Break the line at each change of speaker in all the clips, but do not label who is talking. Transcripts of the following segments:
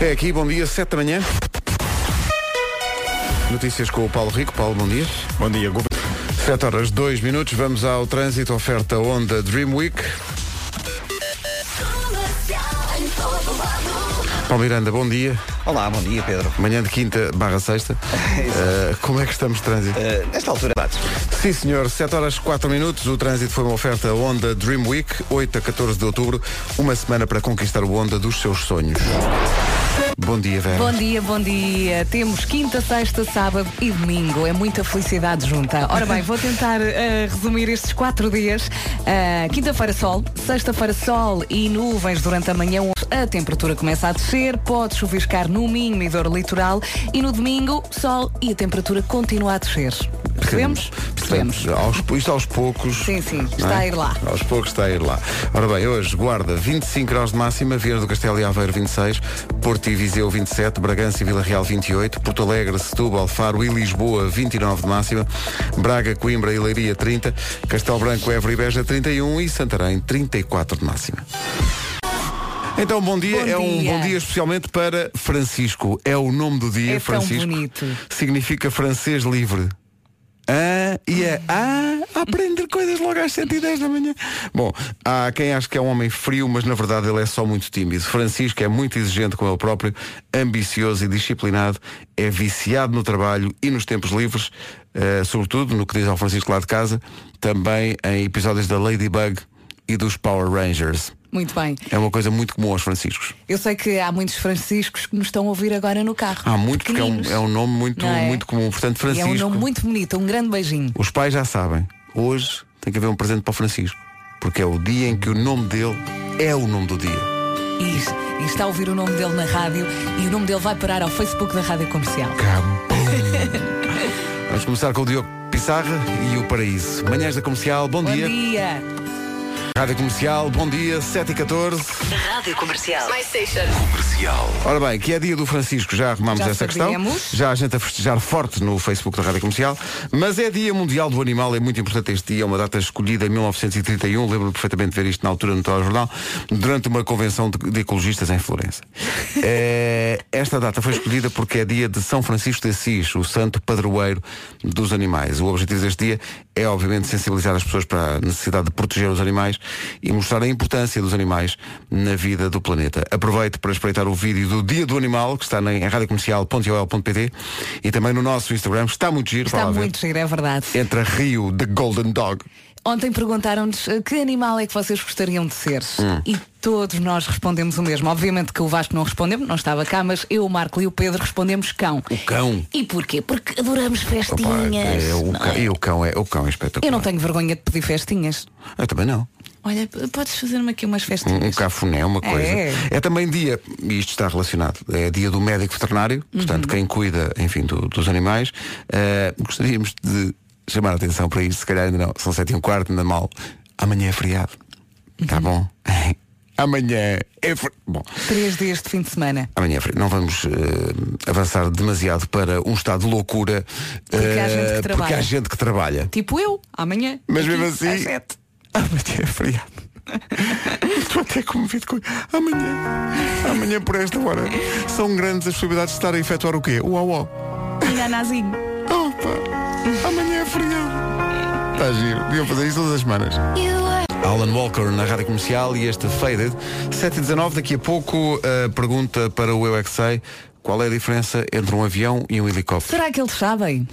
É aqui, bom dia, 7 da manhã. Notícias com o Paulo Rico. Paulo, bom dia.
Bom dia, Gu-
7 horas 2 minutos, vamos ao trânsito, oferta Honda Dream Week. Paulo Miranda, bom dia.
Olá, bom dia, Pedro.
Manhã de quinta barra sexta. Eh, como é que estamos de trânsito?
Eh, nesta altura, debates.
Sim, senhor, 7 horas 4 minutos. O trânsito foi uma oferta Honda Dream Week, 8 a 14 de outubro. Uma semana para conquistar o Honda dos seus sonhos. Bom dia, Vera.
Bom dia, bom dia. Temos quinta, sexta, sábado e domingo. É muita felicidade junta. Ora bem, vou tentar eh, resumir estes quatro dias. Ah, Quinta-feira sol, sexta-feira sol e nuvens durante a manhã. A temperatura começa a descer, pode chuviscar no mínimo e dor litoral. E no domingo, sol e a temperatura continua a descer. Percebemos? Percebemos.
Aos, isto aos poucos.
Sim, sim,
não é?
está a ir lá.
Aos poucos está a ir lá. Ora bem, hoje Guarda 25 graus de máxima, Vieira do Castelo e Aveiro 26, Porto e Viseu 27, Bragança e Vila Real 28, Porto Alegre, Setúbal, Faro e Lisboa 29 de máxima, Braga, Coimbra e Leiria 30, Castelo Branco, Évora e Beja 31 e Santarém 34 de máxima. Então, bom dia.
Bom
é um
dia.
bom dia especialmente para Francisco. É o nome do dia,
É tão
Francisco.
bonito.
Significa francês livre. Ah, e é ah, aprender coisas logo às 110 da manhã. Bom, há quem acha que é um homem frio, mas na verdade ele é só muito tímido. Francisco é muito exigente com ele próprio, ambicioso e disciplinado, é viciado no trabalho e nos tempos livres, eh, sobretudo no que diz ao Francisco lá de casa, também em episódios da Ladybug e dos Power Rangers.
Muito bem.
É uma coisa muito comum aos Franciscos.
Eu sei que há muitos franciscos que nos estão a ouvir agora no carro.
Há muito, porque é um,
Pequeninos.
é um nome muito,
Não é?
muito comum. Portanto,
E é
Francisco.
um nome muito bonito. Um grande beijinho.
Os pais já sabem. Hoje tem que haver um presente para o Francisco. Porque é o dia em que o nome dele é o nome do dia.
E, e está a ouvir o nome dele na rádio e o nome dele vai parar ao Facebook da Rádio Comercial.
Cabum. Vamos começar com o Diogo Pissarra e o Paraíso. Manhãs da Comercial, bom,
Bom
dia.
dia!
Rádio Comercial, bom dia, 7 e 14
Rádio Comercial.
Ora bem, que é dia do Francisco, já arrumámos
Já
essa
sabíamos.
questão. Já a gente a festejar forte no Facebook da Rádio Comercial. Mas é dia mundial do animal, é muito importante este dia, é uma data escolhida em 1931. Lembro-me perfeitamente de ver isto na altura no telejornal, durante uma convenção de, de ecologistas em Florença. Eh, esta data foi escolhida porque é dia de São Francisco de Assis, o santo padroeiro dos animais. O objetivo deste dia é, obviamente, sensibilizar as pessoas para a necessidade de proteger os animais e mostrar a importância dos animais na vida do planeta. Aproveite para espreitar o vídeo do Dia do Animal, que está na- em radiocomercial.ol.pt e também no nosso Instagram. Está muito giro, vá
Está
lá ver.
muito giro, é verdade.
Entra Rio de Golden Dog.
Ontem perguntaram-nos eh, que animal é que vocês gostariam de ser.
Hum.
E todos nós respondemos o mesmo. Obviamente que o Vasco não respondeu, não estava cá, mas eu, o Marco e o Pedro respondemos cão.
O cão.
E porquê? Porque adoramos
Opa,
festinhas.
é, o
não
cão
é?
e o cão é, o cão é espetacular.
Eu não tenho vergonha de pedir festinhas.
Eu também não.
Olha, p- podes fazer-me aqui umas
Um
festinhas.
cafuné, uma coisa.
É.
É também dia, e isto está relacionado, é dia do médico veterinário,
Uhum.
portanto, quem cuida, enfim, do- dos animais. Eh, gostaríamos de chamar a atenção para isto, se calhar ainda não. São sete e um quarto, ainda mal. Amanhã é feriado. Tá
Uhum.
bom? Amanhã é feriado. Bom.
Três dias de fim de semana.
Amanhã é feriado. não vamos eh, avançar demasiado para um estado de loucura
Porque há gente que
eh, porque
trabalha.
há gente que trabalha.
Tipo eu, amanhã.
Mas
aqui,
mesmo assim.
às sete.
Amanhã é feriado. Estou até comovido com. Amanhã. Amanhã por esta hora. São grandes as possibilidades de estar a efetuar o quê? O uau uau.
E nanazinho.
Opa! Amanhã é feriado. Está giro. Deviam fazer isso todas as semanas. Alan Walker na rádio comercial e este Faded. 7 e 19 daqui a pouco a pergunta para o Eu é que sei. Qual é a diferença entre um avião e um helicóptero?
Será que eles sabem?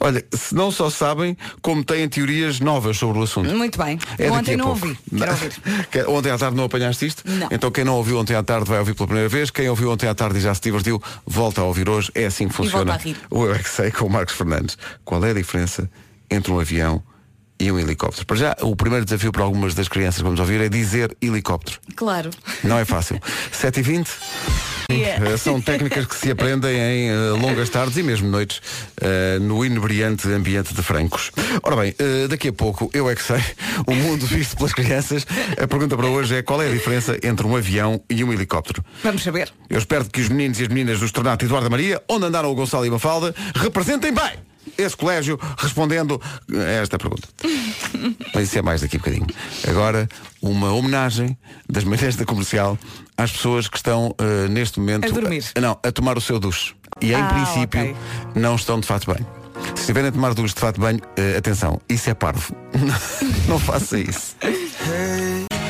Olha, se não só sabem, como têm teorias novas sobre o assunto.
Muito bem.
É
Eu
daqui
ontem
a
não
pouco.
ouvi. Quero ouvir.
Que- Ontem à tarde não apanhaste isto?
Não.
Então quem não ouviu ontem à tarde vai ouvir pela primeira vez. Quem ouviu ontem à tarde e já se divertiu, volta a ouvir hoje. É assim que
volta
funciona.
a rir.
O Eu é que sei com o Marcos Fernandes. Qual é a diferença entre um avião e um helicóptero? Para já, o primeiro desafio para algumas das crianças que vamos ouvir é dizer helicóptero.
Claro.
Não é fácil. 7h20.
Yeah.
Eh, São técnicas que se aprendem em eh, longas tardes e mesmo noites eh, no inebriante ambiente de francos. Ora bem, eh, daqui a pouco, eu é que sei, o mundo visto pelas crianças. A pergunta para hoje é qual é a diferença entre um avião e um helicóptero?
Vamos saber.
Eu espero que os meninos e as meninas do Estornato Eduardo Maria, onde andaram o Gonçalo e a Mafalda, representem bem esse colégio respondendo a esta pergunta. Mas isso é mais daqui a bocadinho. Agora, uma homenagem das manhãs da comercial às pessoas que estão eh, neste momento
A dormir.
não, a tomar o seu duche. E em
Ah,
princípio
ok.
não estão de fato bem. Se estiverem a tomar duche de fato bem, eh, atenção, isso é parvo. não faça isso.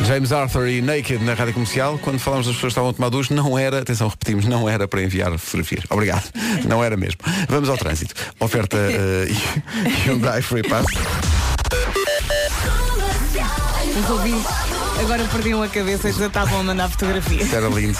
James Arthur e Naked na rádio comercial. Quando falamos das pessoas que estavam a tomar duche, não era, atenção, repetimos, não era para enviar fotografias. Obrigado. Não era mesmo. Vamos ao trânsito. Oferta eh, Hyundai Free Pass.
Os ouvintes agora perdiam a cabeça e já estavam a mandar fotografias.
Isso era lindo.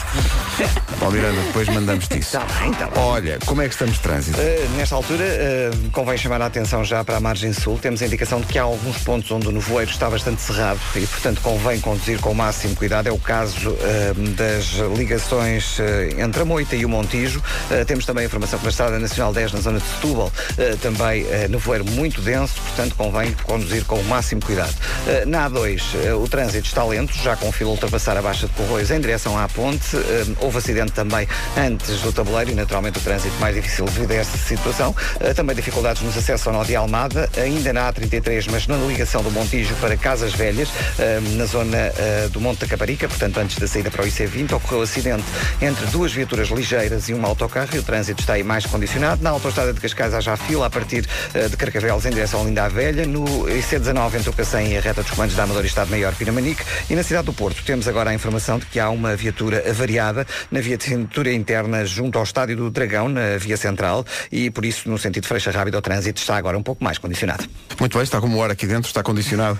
Paulo Miranda, depois mandamos-te isso.
Tá bem, tá bem.
Olha, como é que estamos de trânsito?
Uh, nesta altura, uh, convém chamar a atenção já para a margem sul. Temos a indicação de que há alguns pontos onde o nevoeiro está bastante cerrado e, portanto, convém conduzir com o máximo cuidado. É o caso uh, das ligações uh, entre a Moita e o Montijo. Uh, temos também a informação para a Estrada Nacional 10 na zona de Setúbal. Uh, também uh, nevoeiro muito denso, portanto, convém conduzir com o máximo cuidado. Uh, na A2, uh, o trânsito está lento, já com fila a ultrapassar a Baixa de Corroios em direção à ponte. Uh, houve acidente também antes do tabuleiro e, naturalmente, o trânsito mais difícil devido a esta situação. Uh, também dificuldades nos acessos ao nó de Almada, ainda na A33, mas na ligação do Montijo para Casas Velhas, uh, na zona uh, do Monte da Caparica, portanto, antes da saída para o IC20, ocorreu acidente entre duas viaturas ligeiras e um autocarro e o trânsito está aí mais condicionado. Na autoestrada de Cascais há já fila a partir eh, de Carcavelos em direção ao Linda à Velha. No IC19 entre o Cacém e a reta dos comandos da Amador e Estado Maior Pinamanique. E na cidade do Porto temos agora a informação de que há uma viatura avariada na via de cintura interna junto ao Estádio do Dragão, na via central, e por isso, no sentido de Freixa Rábida, o trânsito está agora um pouco mais condicionado.
Muito bem, está como o ar aqui dentro, está condicionado.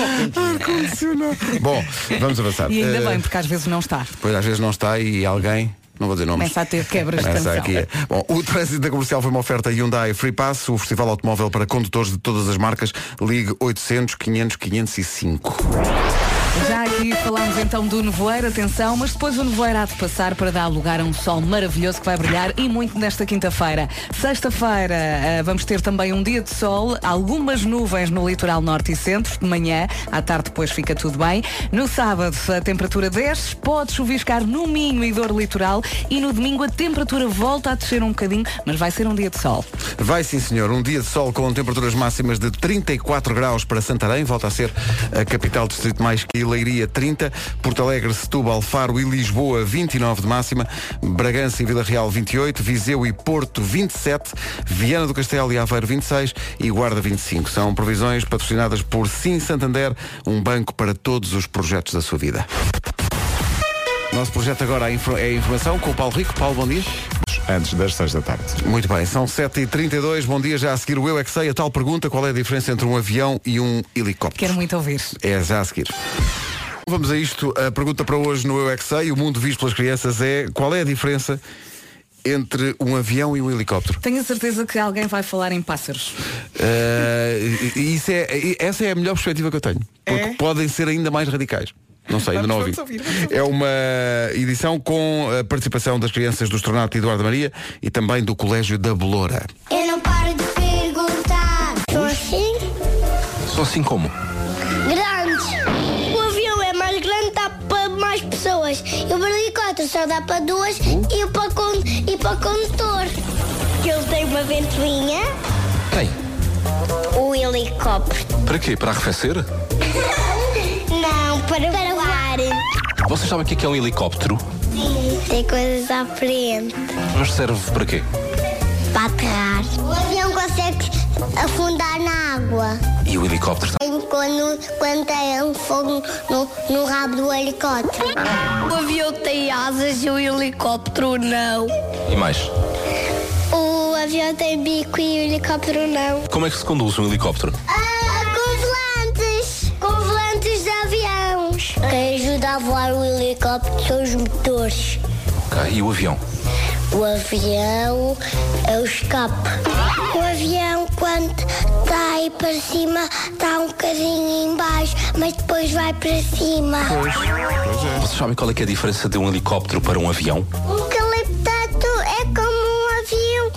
Ar-condicionado. Bom, vamos avançar.
E ainda
Eh,
bem, porque às vezes não está.
Pois às vezes não está e alguém, não vou dizer nomes.
Começa a ter quebras de
Começa
tensão.
aqui. Bom, o trânsito da comercial foi uma oferta Hyundai Free Pass, o festival automóvel para condutores de todas as marcas. Ligue 800 500 505.
Já aqui falámos então do nevoeiro, atenção, mas depois o nevoeiro há de passar para dar lugar a um sol maravilhoso que vai brilhar e muito nesta quinta-feira. Sexta-feira ah, vamos ter também um dia de sol, algumas nuvens no litoral norte e centro, de manhã, à tarde depois fica tudo bem. No sábado a temperatura desce, pode chuviscar no Minho e dor litoral e no domingo a temperatura volta a descer um bocadinho, mas vai ser um dia de sol.
Vai sim, senhor. Um dia de sol com temperaturas máximas de 34 graus para Santarém, volta a ser a capital do distrito mais que Leiria 30, Porto Alegre, Setúbal, Faro e Lisboa 29 de máxima, Bragança e Vila Real 28, Viseu e Porto 27, Viana do Castelo e Aveiro 26 e Guarda 25. São provisões patrocinadas por Sim Santander, um banco para todos os projetos da sua vida. Nosso projeto agora é info- é a informação com o Paulo Rico. Paulo, bom dia.
antes das 6 da tarde.
Muito bem, são 7h32, bom dia, já a seguir o Eu É Que Sei, a tal pergunta, qual é a diferença entre um avião e um helicóptero?
Quero muito ouvir.
É já a seguir. Vamos a isto, a pergunta para hoje no Eu É Que Sei, o mundo visto pelas crianças é, qual é a diferença entre um avião e um helicóptero?
Tenho a certeza que alguém vai falar em pássaros.
Ah, e- e isso é, e essa é a melhor perspectiva que eu tenho, porque
É?
podem ser ainda mais radicais. Não sei, ainda não ouvi.
Vamos, vamos ouvir, vamos ouvir.
É uma edição com a participação das crianças do Estornato Eduardo Maria e também do Colégio da Beloura.
Eu não paro de perguntar. São assim?
Só assim como?
Grandes. O avião é mais grande, dá para mais pessoas. E o helicóptero só dá para duas e para, con e para condutor. Ele tem uma ventoinha.
Tem.
O helicóptero.
Para quê? Para arrefecer?
Não, para, para voar.
Vocês sabem o que é que é um helicóptero?
Tem coisas à frente.
Mas serve para quê?
Para aterrar. O avião consegue afundar na água.
E o helicóptero está.
Quando, quando tem um fogo no, no rabo do helicóptero.
O avião tem asas e o helicóptero não.
E mais?
O avião tem bico e o helicóptero não.
Como é que se conduz um helicóptero?
Ah, com volantes! Com volantes de aviões. Quem ajuda a voar o helicóptero são os motores.
Ok, e o avião?
O avião é o escape. O avião, quando está aí para cima, está um bocadinho em baixo, mas depois vai para cima.
Vocês sabem qual é que é a diferença de um helicóptero para um avião?
Um caliptato é como um avião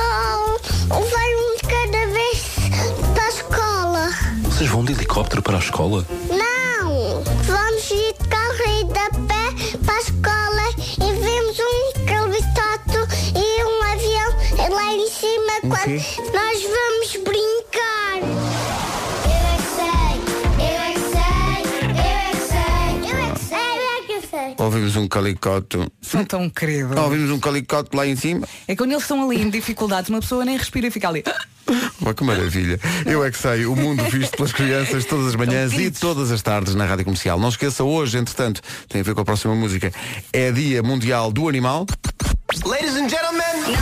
que vai um de cada vez para a escola.
Vocês vão de helicóptero para a escola?
Não! Vamos de carro e da pé para a escola e vemos um helicóptero e um avião lá em cima
quê?
Nós vamos brincar. Eu é que sei, eu é que sei, eu é que sei, eu é que sei, eu é que sei.
Ouvimos um calicote.
São tão queridos.
Ouvimos um calicote lá em cima.
É que quando eles estão ali em dificuldades, uma pessoa nem respira e fica ali.
Pá, que maravilha. Eu é que sei, o mundo visto pelas crianças todas as manhãs e todas as tardes na Rádio Comercial. Não esqueça hoje, entretanto, tem a ver com a próxima música, é Dia Mundial do Animal.
Ladies and gentlemen,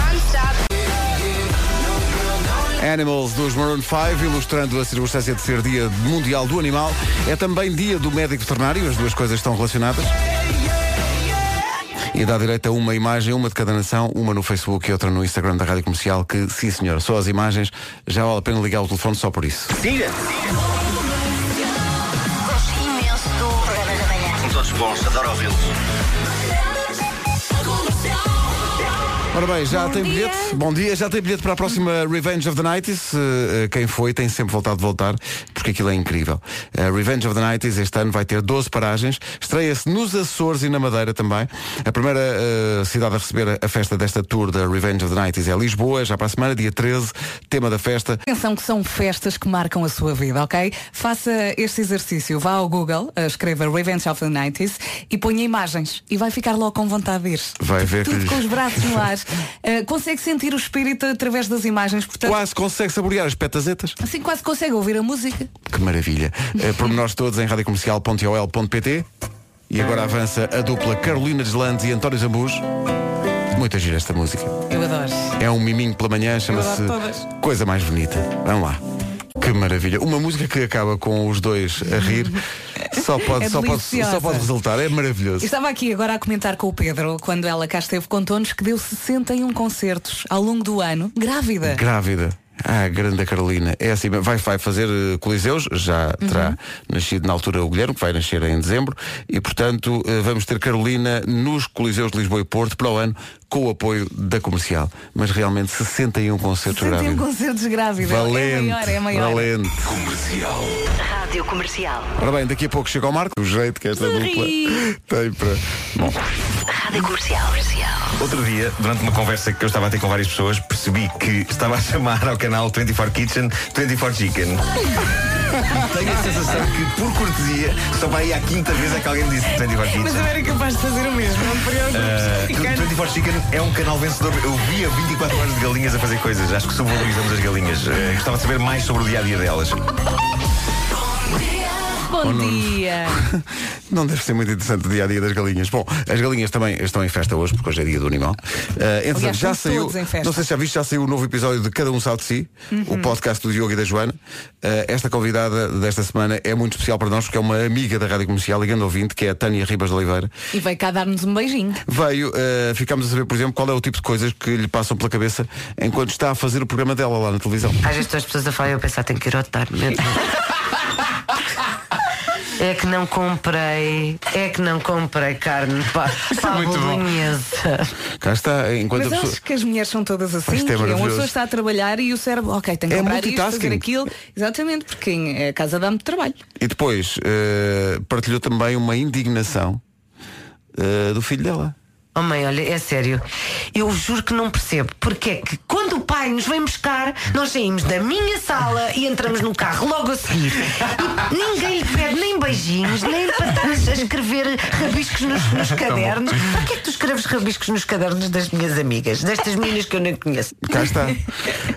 Animals dos Maroon 5, ilustrando a circunstância de ser Dia Mundial do Animal. É também Dia do Médico Veterinário, as duas coisas estão relacionadas. E dá direito a uma imagem, uma de cada nação, uma no Facebook e outra no Instagram da Rádio Comercial, que, sim senhor, só as imagens, já vale a pena ligar o telefone só por isso.
tira.
Gosto imenso do programa da manhã.
São todos bons, adoro ouvi-los.
Ora bem, já tem
dia.
bilhete. Bom dia, já tem bilhete para a próxima Revenge of the Nights. quem foi tem sempre voltado de voltar, porque aquilo é incrível. Eh, Revenge of the Nights este ano vai ter 12 paragens. Estreia-se nos Açores e na Madeira também. A primeira eh, cidade a receber a festa desta tour da Revenge of the Nights é Lisboa, já para a semana, dia 13, tema da festa.
Atenção que são festas que marcam a sua vida, ok? Faça este exercício. Vá ao Google, eh, escreva Revenge of the 90s e ponha imagens. E vai ficar logo com vontade de ir.
Vai ver que
Tudo
lhe-
com os braços no ar. Eh, consegue sentir o espírito através das imagens. Portanto,
Quase consegue saborear as petazetas.
assim quase consegue ouvir a música.
Que maravilha. Eh, Pormenores todos em radiocomercial.ol.pt E agora avança a dupla Carolina Deslandes e António Zambus. Muita gira esta música.
Eu adoro.
É um miminho pela manhã, chama-se
adoro todas.
Coisa Mais Bonita. Vamos lá. Que maravilha. Uma música que acaba com os dois a rir só pode,
É
só pode,
deliciosa.
só pode resultar. É maravilhoso.
Eu Estava aqui agora a comentar com o Pedro, quando ela cá esteve, contou-nos que deu 61 concertos ao longo do ano, grávida.
Grávida. Ah, grande Carolina. É assim, vai, vai fazer eh, Coliseus, já
Uhum.
terá nascido na altura o Guilherme, que vai nascer em dezembro, e portanto eh, vamos ter Carolina nos Coliseus de Lisboa e Porto para o ano, com o apoio da comercial. Mas realmente 61 concertos
61
grávidos.
concertos grávida. é
Valente,
maior, é maior.
valente.
Rádio Comercial.
Ora bem, daqui a pouco chega o Marco, o jeito que esta dupla tem para. Bom,
Rádio Comercial. Comercial.
Outro dia, durante uma conversa que eu estava a ter com várias pessoas, percebi que estava a chamar ao canal 24 Kitchen 24 Chicken. E Tenho a sensação que, por cortesia, só vai aí à quinta vez é que alguém me disse 24 Kitchen.
Mas eu era capaz de fazer o mesmo, não
Eh,
me
Uh,
preocupes.
24 Chicken é um canal vencedor. Eu via 24 horas de galinhas a fazer coisas. Acho que subvalorizamos as galinhas. Uh, gostava de saber mais sobre o dia a dia delas.
Bom dia.
não deve ser muito interessante o dia a dia das galinhas. Bom, as galinhas também estão em festa hoje, porque hoje é dia do animal. Eh, entretanto,
Aliás,
já
estamos
saiu.
todos em festa. Uhum.
Não sei se já viste, já saiu o novo episódio de Cada Um Sabe de Si, o podcast do Diogo e da Joana. Eh, esta convidada desta semana é muito especial para nós, porque é uma amiga da Rádio Comercial e grande ouvinte, que é a Tânia Ribas de Oliveira.
E veio cá dar-nos um beijinho.
Veio, eh, ficámos a saber, por exemplo, qual é o tipo de coisas que lhe passam pela cabeça enquanto está a fazer o programa dela lá na televisão.
Às vezes estão as pessoas a falar e eu pensar, tenho que ir ao tarde. É que não comprei, é que não comprei carne para, para a bolonhesa.
Cá está, enquanto
Mas
a pessoa.
acho que as mulheres são todas assim.
Isto é
que uma
maravilhoso.
pessoa está a trabalhar e o cérebro, ok, tem que
É
comprar isto, fazer
multitasking. É
aquilo. Exatamente, porque em- a casa dá-me trabalho.
E depois eh, partilhou também uma indignação eh, do filho dela.
Oh mãe, olha, é sério. Eu juro que não percebo porque é que quando o pai nos vem buscar, nós saímos da minha sala e entramos no carro logo a seguir. E ninguém lhe pede nem beijinhos, nem para estar a escrever rabiscos nos,
Tá
nos cadernos. Para que é que tu escreves rabiscos nos cadernos das minhas amigas, destas meninas que eu nem conheço?
Cá está.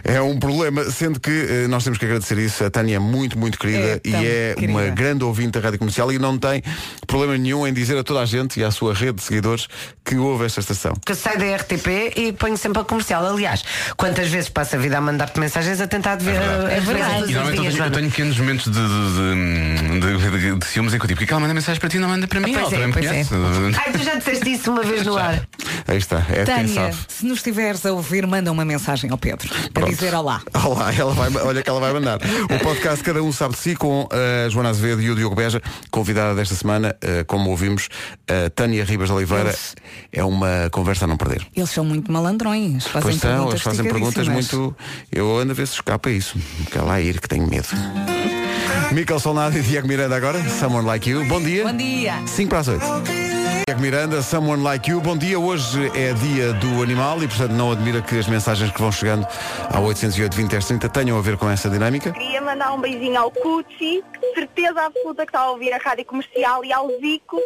É um problema, sendo que eh, nós temos que agradecer isso. A Tânia é muito, muito querida
É
e
tão
é
querida.
uma grande ouvinte da Rádio Comercial e não tem problema nenhum em dizer a toda a gente e à sua rede de seguidores que ouve esta estação.
que eu saio da RTP e ponho sempre a comercial. Aliás, quantas vezes passo a vida a mandar-te mensagens a tentar de ver eh,
É
as
verdade.
coisas
E
E
todos os
normalmente eu
dias,
tenho, eu
Joana.
tenho pequenos momentos de, de, de- de- de- de ciúmes em que eu digo, porque ela manda mensagem para ti e não manda para mim,
Pois
ela
é,
também me
pois
conhece.
Ai, tu já disseste isso uma vez no ar.
Aí está, é de quem
Tânia,
sabe.
se nos estiveres a ouvir, manda uma mensagem ao Pedro. Para
Pronto.
dizer olá.
Olá, ela vai, olha que ela vai mandar. O podcast Cada Um Sabe de Si com a Joana Azevedo e o Diogo Beja, convidada desta semana, eh, como ouvimos, a Tânia Ribas de Oliveira.
Eles-
É uma conversa a não perder.
Eles são muito malandrões. Fazem
Pois estão,
perguntas
eles fazem perguntas
esticadíssimas.
muito. Eu ando a ver se escapa isso. Quer lá ir, que tenho medo. Miquel Solnado e Diego Miranda agora, Someone Like You. Bom dia.
Bom dia.
5 para as 8. Tiago Miranda, Someone Like You. Bom dia, hoje é dia do animal e, portanto, não admira que as mensagens que vão chegando a 808 20 30 tenham a ver com essa dinâmica.
Queria mandar um beijinho ao Cucci, certeza absoluta que está a ouvir a rádio comercial, e ao Zico,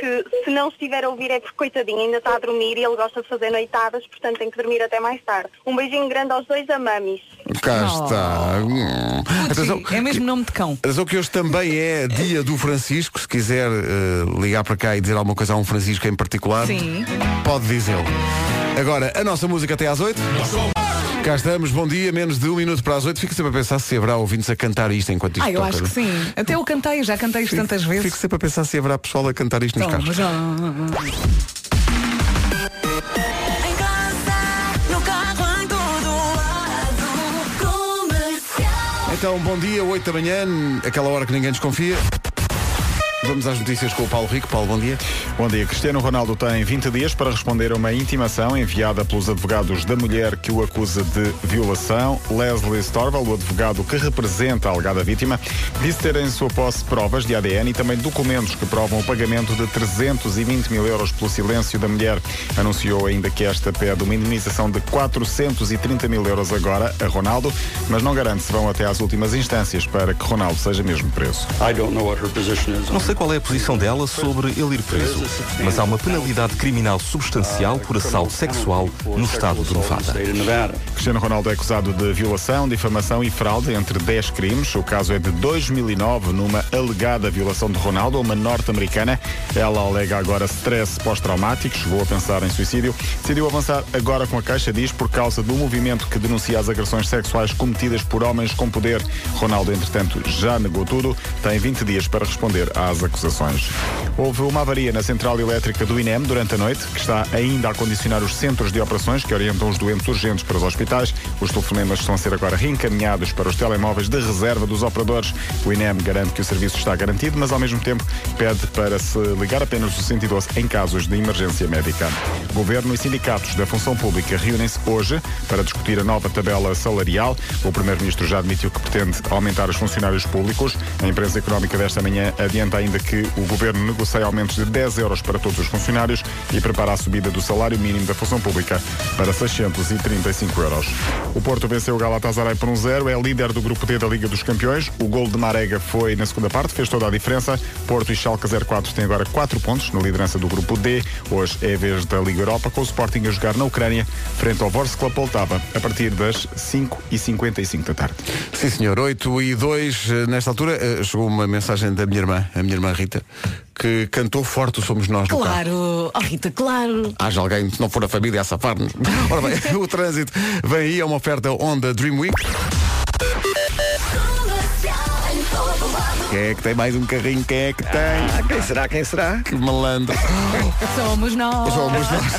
que se não estiver a ouvir é porque coitadinho, ainda está a dormir e ele gosta de fazer noitadas, portanto tem que dormir até mais tarde. Um beijinho grande aos dois amamis.
Cá
Oh.
está. Hum. Atenção,
Putz, é mesmo nome de cão.
Atenção que hoje também é dia do Francisco. Se quiser eh, ligar para cá e dizer alguma coisa a um Francisco em particular,
Sim.
pode dizê-lo. Agora, a nossa música até às 8. Cá estamos, bom dia, menos de um minuto para as 8. Fico sempre a pensar se haverá ouvintes a cantar isto enquanto isto
Ah, eu
toca,
acho
não
que
é?
sim. Até eu cantei, já cantei isto tantas
Fico-
vezes. Então,
Fico sempre a pensar se haverá pessoal a cantar isto nos
Não,
carros.
mas não.
Em casa, no carro, em todo lado. Comercial.
Então, bom dia, 8 da manhã, aquela hora que ninguém desconfia. Vamos às notícias com o Paulo Rico. Paulo, bom dia.
Bom dia. Cristiano Ronaldo tem 20 dias para responder a uma intimação enviada pelos advogados da mulher que o acusa de violação. Leslie Storval, o advogado que representa a alegada vítima, disse ter em sua posse provas de ADN e também documentos que provam o pagamento de 320 mil euros pelo silêncio da mulher. Anunciou ainda que esta pede uma indemnização de 430 mil euros agora a Ronaldo, mas não garante se vão até às últimas instâncias para que Ronaldo seja mesmo preso.
Não sei qual é a posição dela sobre ele ir preso, mas há uma penalidade criminal substancial por assalto sexual no estado de Nevada.
Cristiano Ronaldo é acusado de violação, difamação e fraude entre 10 crimes. O caso é de 2009, numa alegada violação de Ronaldo a uma norte-americana. Ela alega agora stress pós-traumático, chegou a pensar em suicídio. Decidiu avançar agora com a caixa, diz, por causa do movimento que denuncia as agressões sexuais cometidas por homens com poder. Ronaldo, entretanto, já negou tudo. Tem 20 dias para responder às acusações. Houve uma avaria na central elétrica do INEM durante a noite, que está ainda a condicionar os centros de operações que orientam os doentes urgentes para os hospitais. Os telefonemas estão a ser agora reencaminhados para os telemóveis de reserva dos operadores. O INEM garante que o serviço está garantido, mas ao mesmo tempo pede para se ligar apenas o 112 em casos de emergência médica. Governo e sindicatos da função pública reúnem-se hoje para discutir a nova tabela salarial. O Primeiro-Ministro já admitiu que pretende aumentar os funcionários públicos. A imprensa económica desta manhã adianta ainda que o governo negocia aumentos de 10 euros para todos os funcionários e prepara a subida do salário mínimo da função pública para 635 euros. O Porto venceu o Galatasaray por 1-0, é líder do grupo D da Liga dos Campeões. O gol de Marega foi na segunda parte, fez toda a diferença. Porto e Schalke 04 têm agora 4 pontos na liderança do grupo D. Hoje é a vez da Liga Europa com o Sporting a jogar na Ucrânia frente ao Vorskla Poltava a partir das 5h55 da tarde.
Sim, senhor. 8 e 2, eh, nesta altura, eh, chegou uma mensagem da minha irmã, a minha irmã Rita, que cantou forte o Somos Nós no carro.
Claro, oh Rita, claro.
Haja alguém, se não for a família, a safar-nos. Ora bem, o trânsito vem aí, é uma oferta Honda Dream Week. Quem é que tem mais um carrinho? Quem é que tem?
Ah, quem será? Quem será?
Que malandro.
Somos nós.
Somos nós.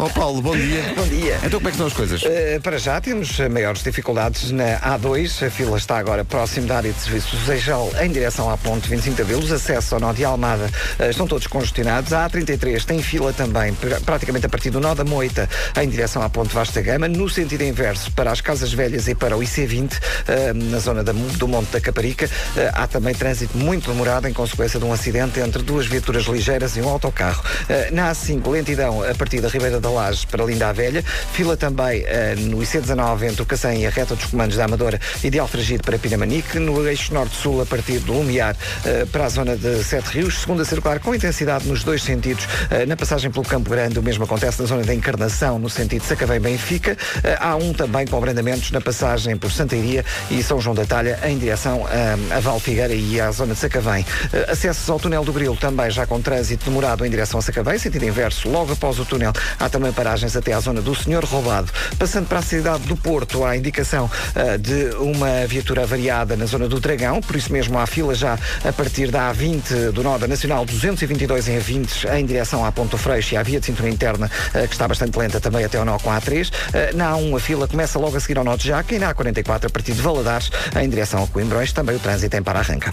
Ó Paulo, bom dia.
Bom dia.
Então como é que estão as coisas?
Eh, para já temos eh, maiores dificuldades na A2. A fila está agora próximo da área de serviços do Seixal, em direção à ponte 25 de Abril. Os acessos ao nó de Almada eh, estão todos congestionados. A A33 tem fila também, pr- praticamente a partir do nó da Moita, em direção à ponte Vasta Gama. No sentido inverso, para as Casas Velhas e para o IC20, eh, na zona da Mu- do Monte da Caparica, eh, há também trânsito muito demorado em consequência de um acidente entre duas viaturas ligeiras e um autocarro. Eh, Na A5, lentidão a partir da Ribeira da Laje para Linda a Velha. Fila também eh, no IC19 entre o Cacém e a reta dos comandos da Amadora e de Alfragide para Pinamanique. No eixo norte-sul a partir do Lumiar eh, para a zona de Sete Rios. Segunda circular com intensidade nos dois sentidos. Eh, Na passagem pelo Campo Grande o mesmo acontece na zona da Encarnação no sentido Sacavém-Benfica. Eh, Há um também com abrandamentos na passagem por Santa Iria e São João da Talha em direção eh, a Val Figueira e à zona de Sacavém. Eh, Acessos ao túnel do Grilo também já com trânsito demorado em direção a Sacavém, sentido inverso, logo após o túnel. Há também paragens até à zona do Senhor Roubado. Passando para a cidade do Porto, há indicação eh, de uma viatura variada na zona do Dragão, por isso mesmo há fila já a partir da A20 do Noda Nacional 222 em A20 em direção à Ponto Freixo e à via de cintura interna, eh, que está bastante lenta também até ao nó com a A3. Eh, Na A1 a fila começa logo a seguir ao nó de Jaca e na A44 a partir de Valadares em direção a Coimbrões também o trânsito em para-arranca.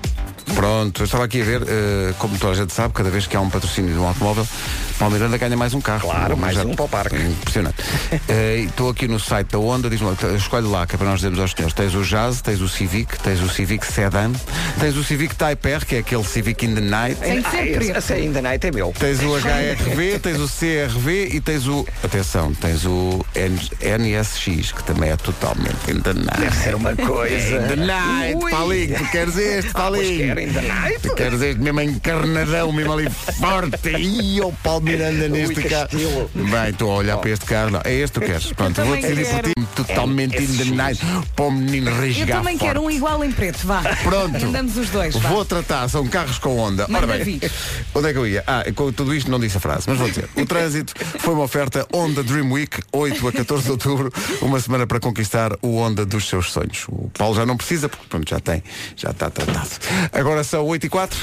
Pronto, eu estava aqui a ver, eh, como toda a gente sabe, cada vez que há um patrocínio de um automóvel, Paulo Miranda ganha mais um carro. Claro,
mais um para o parque.
Impressionante. Eh, e Estou aqui no site da Honda, diz-me, lá, escolhe lá, que é para nós dizermos aos senhores. Tens o Jazz, tens o Civic, tens o Civic Sedan, tens o Civic Type R, que é aquele Civic in the Night.
Tem que ser Ah, esse- preto. esse in the Night é meu.
Tens o HRV, tens o CRV e tens o. Atenção, tens o N- NSX, que também é totalmente in the Night.
Deve ser uma coisa.
É,
In the Night,
Ui.
Paulinho, tu queres este,
Ah, pois
Paulinho?
quero, in the Night.
Tu queres este mesmo encarnadão, mesmo ali forte. E o Paulo Miranda neste
que
carro. Bem, estou a olhar para este carro. Não, é este que tu queres. Pronto,
Eu
vou
também
decidir por ti.
quero. É,
Totalmente in the night. Para o menino
Eu
rasgar forte.
também quero um igual em preto, vá.
Pronto.
Andamos os dois, vá.
Vou tratar, são carros com onda.
Manda
Ora bem,
vir.
onde é que eu ia? Ah, com tudo isto não disse a frase, mas vou dizer. O trânsito foi uma oferta Honda Dream Week, 8 a 14 de outubro, uma semana para conquistar o Honda dos seus sonhos. O Paulo já não precisa, porque pronto, já tem, já está tratado. Agora são 8 e 4.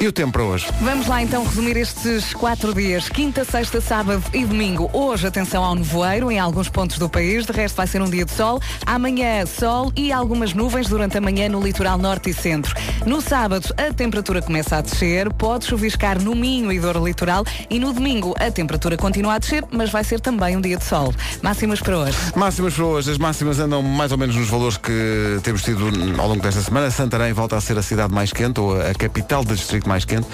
E o tempo para hoje?
Vamos lá então resumir estes quatro dias, quinta, sexta, sábado e domingo. Hoje, atenção ao nevoeiro em alguns pontos do país, de resto vai ser um dia de sol. Amanhã, sol e algumas nuvens durante a manhã no litoral norte e centro. No sábado, a temperatura começa a descer, pode chuviscar no Minho e Douro Litoral e no domingo a temperatura continua a descer, mas vai ser também um dia de sol. Máximas para hoje.
Máximas para hoje, as máximas andam mais ou menos nos valores que temos tido ao longo desta semana. Santarém volta a ser a cidade mais quente, ou a capital do distrito mais quente,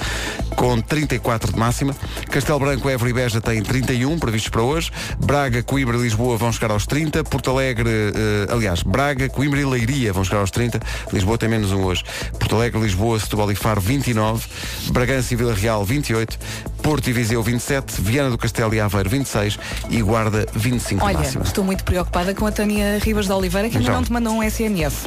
com 34 de máxima. Castelo Branco, Évora e Beja têm 31 previstos para hoje. Braga, Coimbra e Lisboa vão chegar aos 30. Porto Alegre, eh, aliás, Braga, Coimbra e Leiria vão chegar aos 30. Lisboa tem menos um hoje. Porto Alegre, Lisboa, Setúbal e Faro 29. Bragança e Vila Real 28. Porto e Viseu 27. Viana do Castelo e Aveiro 26. E Guarda 25 de
Olha,
máxima.
estou muito preocupada com a Tânia Ribas de Oliveira, que ainda
Então.
não te mandou um SMS.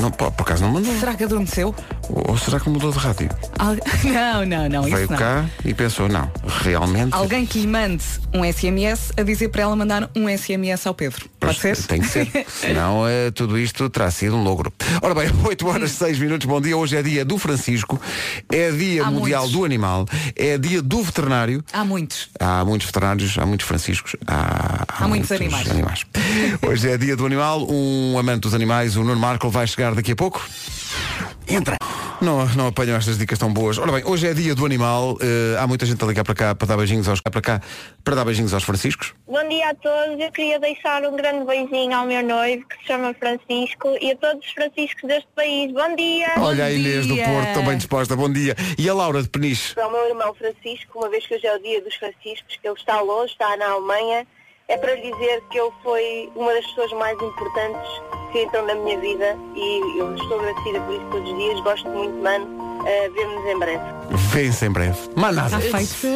Não, por, por acaso não mandou.
Será que adormeceu?
Ou será que mudou de rádio?
Al- Não, não, não,
Veio
isso não.
cá e pensou, não, realmente
Alguém que lhe mande um SMS a dizer para ela mandar um SMS ao Pedro. Pode ser?
tem que ser. Senão eh, tudo isto terá sido um logro. Ora bem, 8 horas 6 minutos, bom dia. Hoje é dia do Francisco, é dia
Há
mundial
muitos.
do animal, é dia do veterinário.
Há muitos.
Há muitos veterinários, há muitos franciscos, há,
Há muitos animais.
Hoje é dia do animal, um amante dos animais, o Nuno Marco vai chegar daqui a pouco. Entra. Não, não apanham estas dicas tão boas. Ora bem, hoje é dia do animal, eh, há muita gente a ligar para cá para dar beijinhos aos para cá para dar beijinhos aos franciscos.
Bom dia a todos. Eu queria deixar um grande beijinho ao meu noivo, que se chama Francisco, e a todos os franciscos deste país. Bom dia!
Olha a Inês do Porto, tão bem disposta. Bom dia. E a Laura de Peniche.
Ao meu irmão Francisco, uma vez que hoje é o dia dos Franciscos, que ele está longe, está na Alemanha, é para lhe dizer que ele foi uma das pessoas mais importantes que entram na minha vida e eu estou agradecida por isso todos os dias. Gosto muito, mano. Uh, Vemo-nos em breve.
Vence em breve. Mais nada.
Está feito.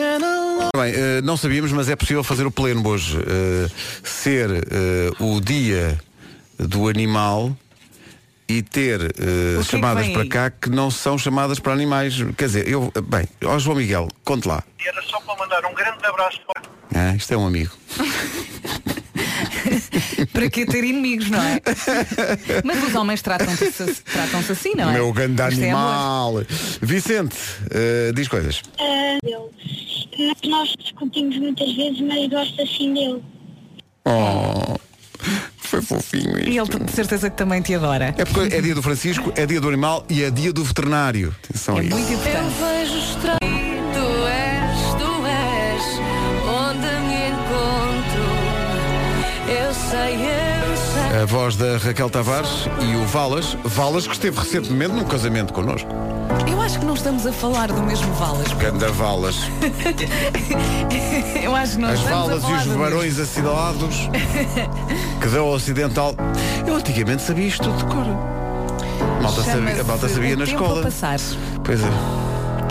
Ora Bem, eh, não sabíamos, mas é possível fazer o pleno hoje. Eh, ser eh, o dia do animal e ter eh,
que é que
chamadas
vem
para
aí?
cá que não são chamadas para animais. Quer dizer, eu. eh, Bem, ó João Miguel, conte lá.
Era só para mandar um grande abraço para
Ah, isto é um amigo.
para que ter inimigos, não é? Mas os homens tratam-se tratam assim, não é?
Meu grande
Isto é amor.
animal. Vicente, eh, diz coisas.
Ah, nós discutimos muitas vezes, mas gosto assim dele.
Oh, foi fofinho isto.
E ele de certeza que também te adora.
É porque é dia do Francisco, é dia do animal e é dia do veterinário.
É
Atenção a isso.
Eu vejo estranho. Tu és, tu és onde me encontro. Eu sei, eu sei.
A voz da Raquel Tavares e o Valas, Valas que esteve recentemente num casamento connosco.
Eu acho que não estamos a falar do mesmo Valas.
Ganda Valas.
Eu acho que não
As
estamos
Valas
a
e
falar
os
do
barões
mesmo.
acidalados que dão ao ocidental. Eu antigamente sabia isto de cor. A malta sabia, a malta
Chama-se
sabia
O
na
Tempo a
escola.
Passar.
Pois é.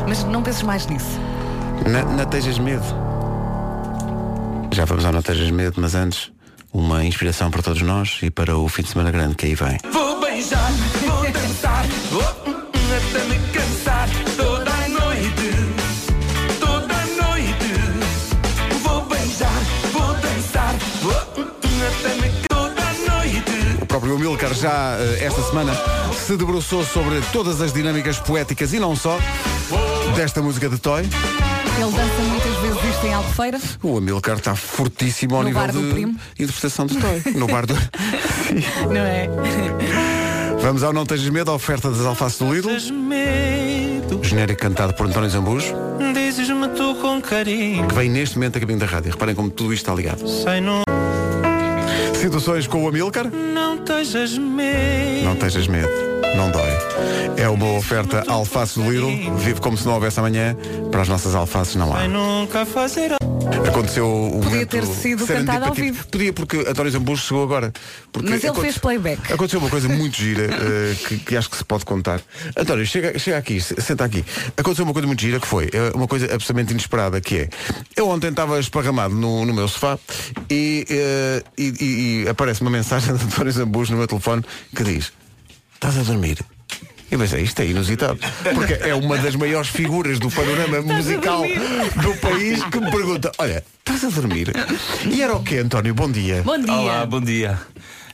Mas não penses mais nisso.
Na, na Tejas Medo. Já vamos ao Notejas Medo, mas antes, uma inspiração para todos nós e para o fim de semana grande que aí vem.
Vou beijar, vou dançar, oh, hum, hum, até me cansar toda a noite, toda a noite. Vou beijar, vou dançar, oh, hum, hum, até me cansar toda a noite.
O próprio Milcar já eh, esta semana se debruçou sobre todas as dinâmicas poéticas e não só desta música de Toy.
Ele dança muitas vezes isto em Albufeira.
O Amilcar está fortíssimo ao
No
nível
bar do
de
primo.
interpretação de Toy. No bar do...
Não é?
Vamos ao Não Tejas Medo, a oferta das alfaces do Lidl. Genérico cantado por António Zambujo.
Dizes-me tu com com carinho.
que vem neste momento a caminho da rádio. Reparem como tudo isto está ligado.
Sei não,
Situações com o Amilcar?
não tejas medo.
Não tejas medo, não dói. É uma oferta alface do Lidl, vive como se não houvesse amanhã, para as nossas alfaces não há.
Vai nunca fazer.
Aconteceu o Podia momento
ter sido cantado ao
serendipativo. Podia, porque António Zambujo chegou agora. Porque
Mas ele
aconte-
fez playback.
Aconteceu uma coisa muito gira eh, que, que acho que se pode contar. António, chega, chega aqui, se- senta aqui. Aconteceu uma coisa muito gira que foi, eh, uma coisa absolutamente inesperada, que é, eu ontem estava esparramado no, no meu sofá e, eh, e- e- e aparece uma mensagem de António Zambujo no meu telefone que diz, estás a dormir? Eu pensei, isto é inusitado, porque é uma das maiores figuras do panorama musical do país que me pergunta, olha, estás a dormir? E era o quê, António? Bom dia.
Bom dia.
Olá, bom dia.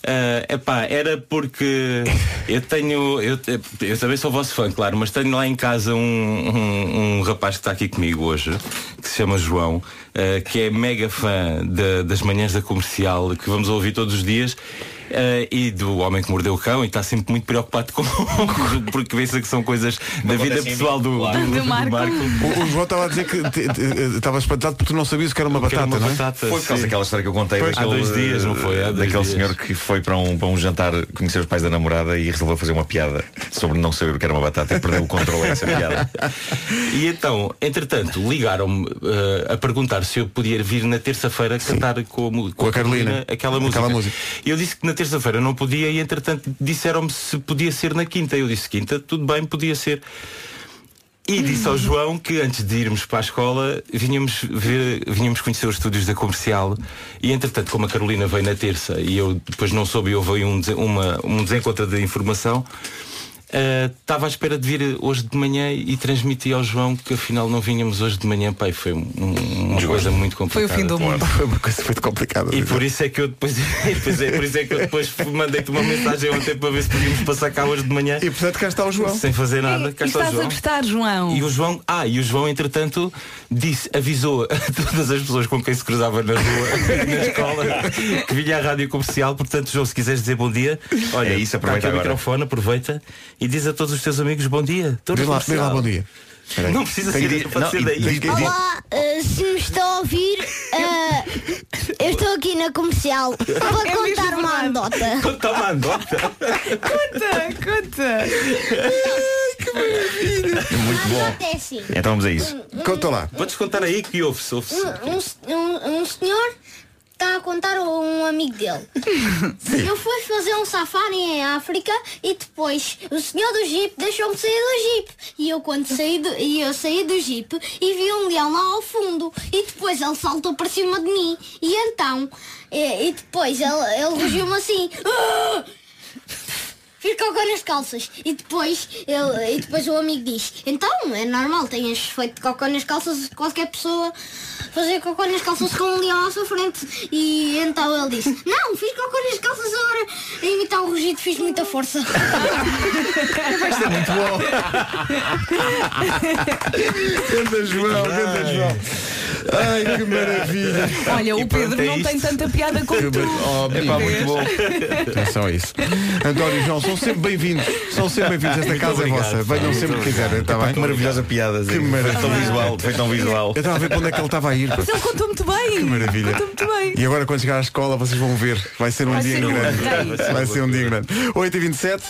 Ah, epá, era porque eu tenho. Eu, eu também sou vosso fã, claro, mas tenho lá em casa um, um, um rapaz que está aqui comigo hoje, que se chama João, ah, que é mega fã da- das manhãs da comercial, que vamos ouvir todos os dias. ah, e do homem que mordeu o cão e está sempre muito preocupado com porque pensa que são coisas da vida pessoal do, do, do Marco.
O, o João estava a dizer que te- te- estava espantado porque tu não sabias o que era uma
Que era
batata,
uma
não é?
batata,
Foi por causa daquela história que eu contei
Pois. Ah,
daquele,
Há dois dias, não foi? Há dois
daquele
dias.
senhor que foi para um, para um jantar conhecer os pais da namorada e resolveu fazer uma piada sobre não saber o que era uma batata e perdeu o controle dessa piada.
E então, entretanto, ligaram-me eh, a perguntar se eu podia vir na terça-feira cantar com, a mu- com a Carolina, aquela, música. Eu disse que na terça-feira não podia e entretanto disseram-me se podia ser na quinta. Eu disse quinta, tudo bem, podia ser. E disse ao João que antes de irmos para a escola vinhamos, ver, vinhamos conhecer os estúdios da comercial e entretanto como a Carolina veio na terça e eu depois não soube e houve aí um, desen- uma, um desencontro de informação, ah, estava à espera de vir hoje de manhã e transmiti ao João que afinal não vinhamos hoje de manhã, pai, foi um- um- uma coisa muito complicada.
Foi uma coisa muito complicada.
E por isso é que eu depois, pois é, por isso é que eu depois mandei-te uma mensagem ontem para ver se podíamos passar cá hoje de manhã.
E portanto cá está o João.
Sem fazer nada, cá
E
está o
estás a
João.
gostar, João?
E o João, ah, e o João, entretanto, disse, avisou a todas as pessoas com quem se cruzava na rua, na escola, que vinha à rádio comercial. Portanto, João, se quiseres dizer bom dia, olha,
É isso, aproveita
tá aqui o
agora.
microfone, aproveita e diz a todos os teus amigos bom dia. Estou na
Diz lá, diz lá
Comercial.
bom dia. Espera aí.
Não precisa
Tem
ser
que-
isso, pode
não,
ser
e-
daí.
diz que- diz-
Olá, eh, se me estão a ouvir, eh, eu estou aqui na comercial. Vou
É mesmo
contar uma anedota.
Conta uma anedota.
Conta, conta.
Muito bom.
É assim.
Então vamos a isso.
Conta lá.
Podes contar aí que ouve-se, ouve-se.
assim.
Um, um se- um- um senhor está a contar a um amigo dele. Eu fui fazer um safari em África e depois o senhor do Jeep deixou-me sair do Jeep. E eu quando saí do, e eu saí do Jeep e vi um leão lá ao fundo. E depois ele saltou para cima de mim. E então, e, e depois ele, ele rugiu-me assim. "Ah!" Ficou com nas calças. E depois, ele, e depois o amigo diz, então é normal, tens feito cocô nas calças, qualquer pessoa fazer cocô nas calças com um leão à sua frente. E então ele disse, não, fiz cocô nas calças agora. A imitar o rugido fiz muita força.
Isto é muito bom.
Ganda João, ganda João. Ai, que maravilha.
Olha, o
é
Pedro não tem tanta piada como tu.
Oh,
É
é
pá,
muito
muito
bom.
bom.
Atenção a isso. António e João, são sempre bem-vindos. São sempre bem-vindos. Esta
Muito
casa
obrigado.
é vossa. Venham
Muito
sempre que
obrigado.
quiserem. Está
Epá,
bem?
que maravilhosa piada.
Que
Zé. Foi tão
maravilha.
visual, foi tão visual.
Eu estava a ver para onde é que ele estava a ir. pá.
Mas ele contou muito bem.
Que maravilha.
Contou muito bem.
E agora quando chegar à escola vocês vão ver. Vai ser um
Vai
dia
ser um
grande.
rei.
Vai ser um dia grande. 8h27.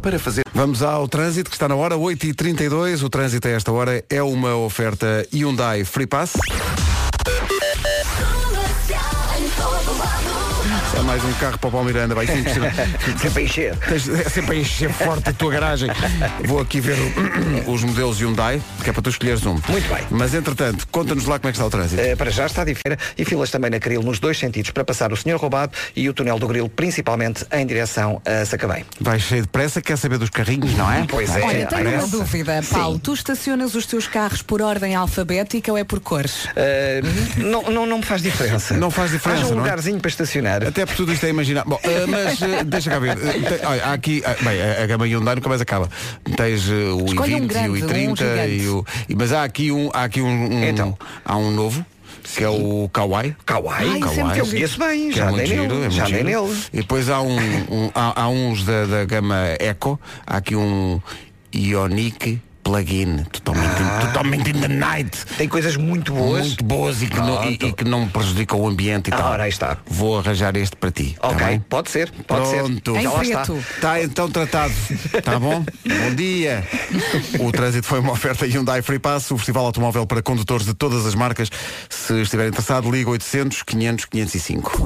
Para fazer. Vamos ao trânsito que está na hora, 8h32. O trânsito a esta hora é uma oferta Hyundai Free Pass. Só mais um carro para o Paulo Miranda, vai sempre
Sempre a encher.
Tens- É sempre a encher forte a tua garagem. Vou aqui ver os modelos Hyundai, que é para tu escolheres um. Muito bem. Mas entretanto, conta-nos lá como é que está o trânsito.
Eh, para já está de feira e filas também na Caril nos dois sentidos para passar o Senhor Roubado e o Túnel do Grilo, principalmente em direção a Sacabém.
Vai cheio de pressa, quer saber dos carrinhos, não é?
Pois é,
Olha, tenho uma
parece.
dúvida,
Sim.
Paulo. Tu estacionas os teus carros por ordem alfabética ou é por cores?
Eh, não, não, não me faz diferença.
Não faz diferença,
Haja um
não é?
lugarzinho para estacionar.
Até porque tudo isto é imaginar. Bom, eh, mas eh, deixa cá ver. Eh, tem- olha, há aqui. ah, bem, a, a gama Hyundai nunca mais acaba. Tens eh, o
Escolha um
i20 e
grande,
o
um
i30
gigante.
e o. e- Mas há aqui um. Há aqui um, um- Há um novo. Que é o Kawai.
Kawai?
Kawai.
Ai, sempre que eu vi esse bem,
Que
já
é muito
andei
giro,
nele,
é muito
já andei
giro.
nele.
E depois há, um, um- há, há uns da, da gama Eco. Há aqui um Ionic plugin totalmente,
Ah.
totalmente in the night.
Tem coisas muito boas. Ah,
Muito boas e que, não, e, e que não prejudica o ambiente e tal.
Ora, aí está.
Vou arranjar este para ti. tá
Ok,
bem?
pode ser, pode ser.
Pronto.
Já lá
está. Está então tratado. Está bom? bom dia. O trânsito foi uma oferta Hyundai Free Pass, o festival automóvel para condutores de todas as marcas. Se estiver interessado, liga 800 500 505.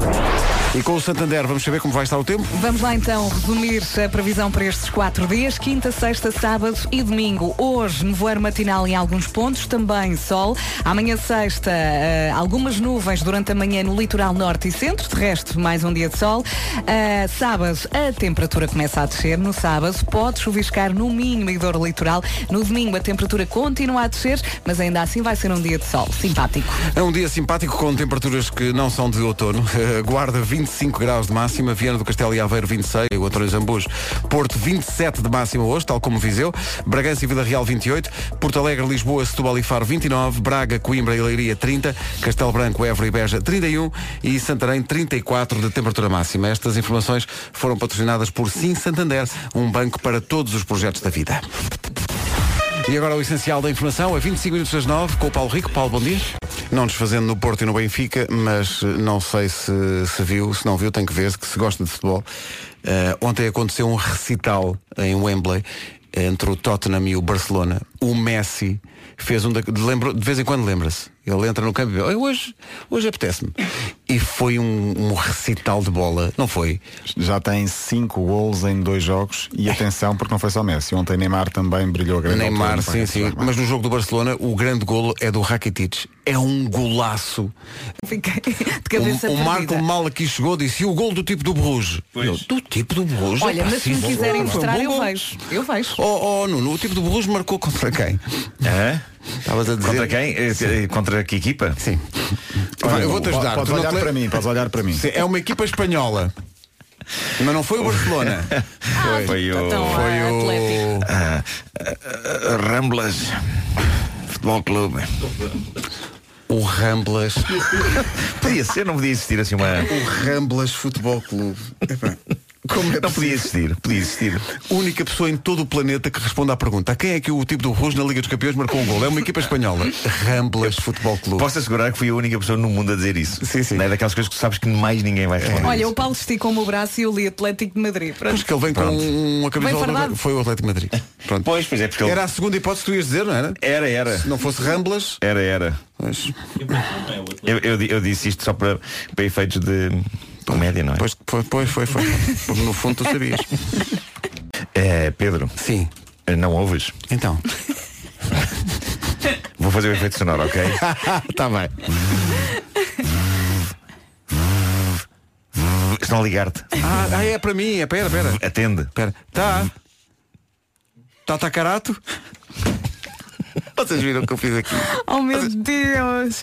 E com o Santander, vamos saber como vai estar o tempo?
Vamos lá então resumir a previsão para estes quatro dias, quinta, sexta, sábado e domingo. Hoje, nevoeiro matinal em alguns pontos, também sol. Amanhã, sexta, eh, algumas nuvens durante a manhã no litoral norte e centro, de resto, mais um dia de sol. Eh, sábado, a temperatura começa a descer. No sábado, pode chuviscar no Minho e Douro Litoral. No domingo, a temperatura continua a descer, mas ainda assim vai ser um dia de sol simpático.
É um dia simpático com temperaturas que não são de outono. Eh, Guarda 25 graus de máxima, Viana do Castelo e Aveiro 26, o Antônio Zambujo, Porto 27 de máxima hoje, tal como Viseu, Bragança e Vila Real 28, Porto Alegre, Lisboa, Setúbal e Faro 29, Braga, Coimbra e Leiria 30, Castelo Branco, Évora e Beja 31 e Santarém 34 de temperatura máxima. Estas informações foram patrocinadas por Sim Santander, um banco para todos os projetos da vida. E agora o essencial da informação, a 25 minutos das 9, com o Paulo Rico. Paulo, bom dia. Não desfazendo no Porto e no Benfica, mas eh, não sei se, se viu, se não viu, tem que ver, que se gosta de futebol. Eh, ontem aconteceu um recital em Wembley entre o Tottenham e o Barcelona. O Messi fez um da, de, lembro- de vez em quando lembra-se. Ele entra no campo e diz, "Olha, hoje, hoje apetece-me. E foi um, um recital de bola, não foi?
Já tem cinco gols em dois jogos e
É.
atenção porque não foi só Messi. Ontem Neymar também brilhou a grande
Neymar,
altura,
sim,
não foi?
sim. Mas no jogo do Barcelona, o grande golo é do Rakitic. É um golaço.
Fiquei de cabeça
o, o
perdida.
Marco mal aqui chegou, disse, e o gol do tipo do Bruges? Eu, Do tipo do Bruges?
Olha,
Epá,
mas se
sim,
me
bom
quiserem
golo,
mostrar,
um bom
eu
golo.
vejo. Eu vejo.
Oh, oh, Nuno, o tipo do Bruges marcou contra quem? Estavas a dizer...
Contra quem? Eh, eh, Contra que equipa?
Sim. eu vou-te ajudar.
Podes
Tu não
olhar
te le-
para mim, podes olhar para mim.
Sim, É uma equipa espanhola. Mas não foi o Barcelona.
Foi, o.
É
Foi o-
Ah, ah, ah, Ramblas. Futebol Clube.
O Ramblas.
podia ser, não podia existir assim uma.
O Ramblas Futebol Clube. Epá, Como é
não podia existir, podia existir.
Única pessoa em todo o planeta que responde à pergunta. A quem é que o tipo do Rujo na Liga dos Campeões marcou um gol? É uma equipa espanhola. Ramblas Futebol Clube.
Posso assegurar que fui a única pessoa no mundo a dizer isso. Sim, sim. Não é daquelas coisas que sabes que mais ninguém vai responder.
Olha, o Paulo esticou-me o braço e eu li Atlético de Madrid. Pronto.
Porque ele vem com um- uma
Vem
camisola. do-
fardado.
Foi o Atlético de Madrid. Pronto.
Pois, pois é, porque ele-
Era a segunda hipótese que tu ias dizer, não era?
Era, era.
Se não fosse Ramblas.
Era, era. Eu, eu di- eu disse isto só para, para efeitos de comédia, não é?
Pois, pois, pois foi, foi. Porque no fundo tu sabias.
É, Pedro.
Sim.
Não ouves?
Então.
Vou fazer o efeito sonoro, ok?
Está tá bem.
Estão a ligar-te.
Ah, ah, é para mim. É pera, pera.
Atende.
Pera. Tá. Tá tacarato? Vocês viram o que eu fiz aqui?
Oh meu Deus!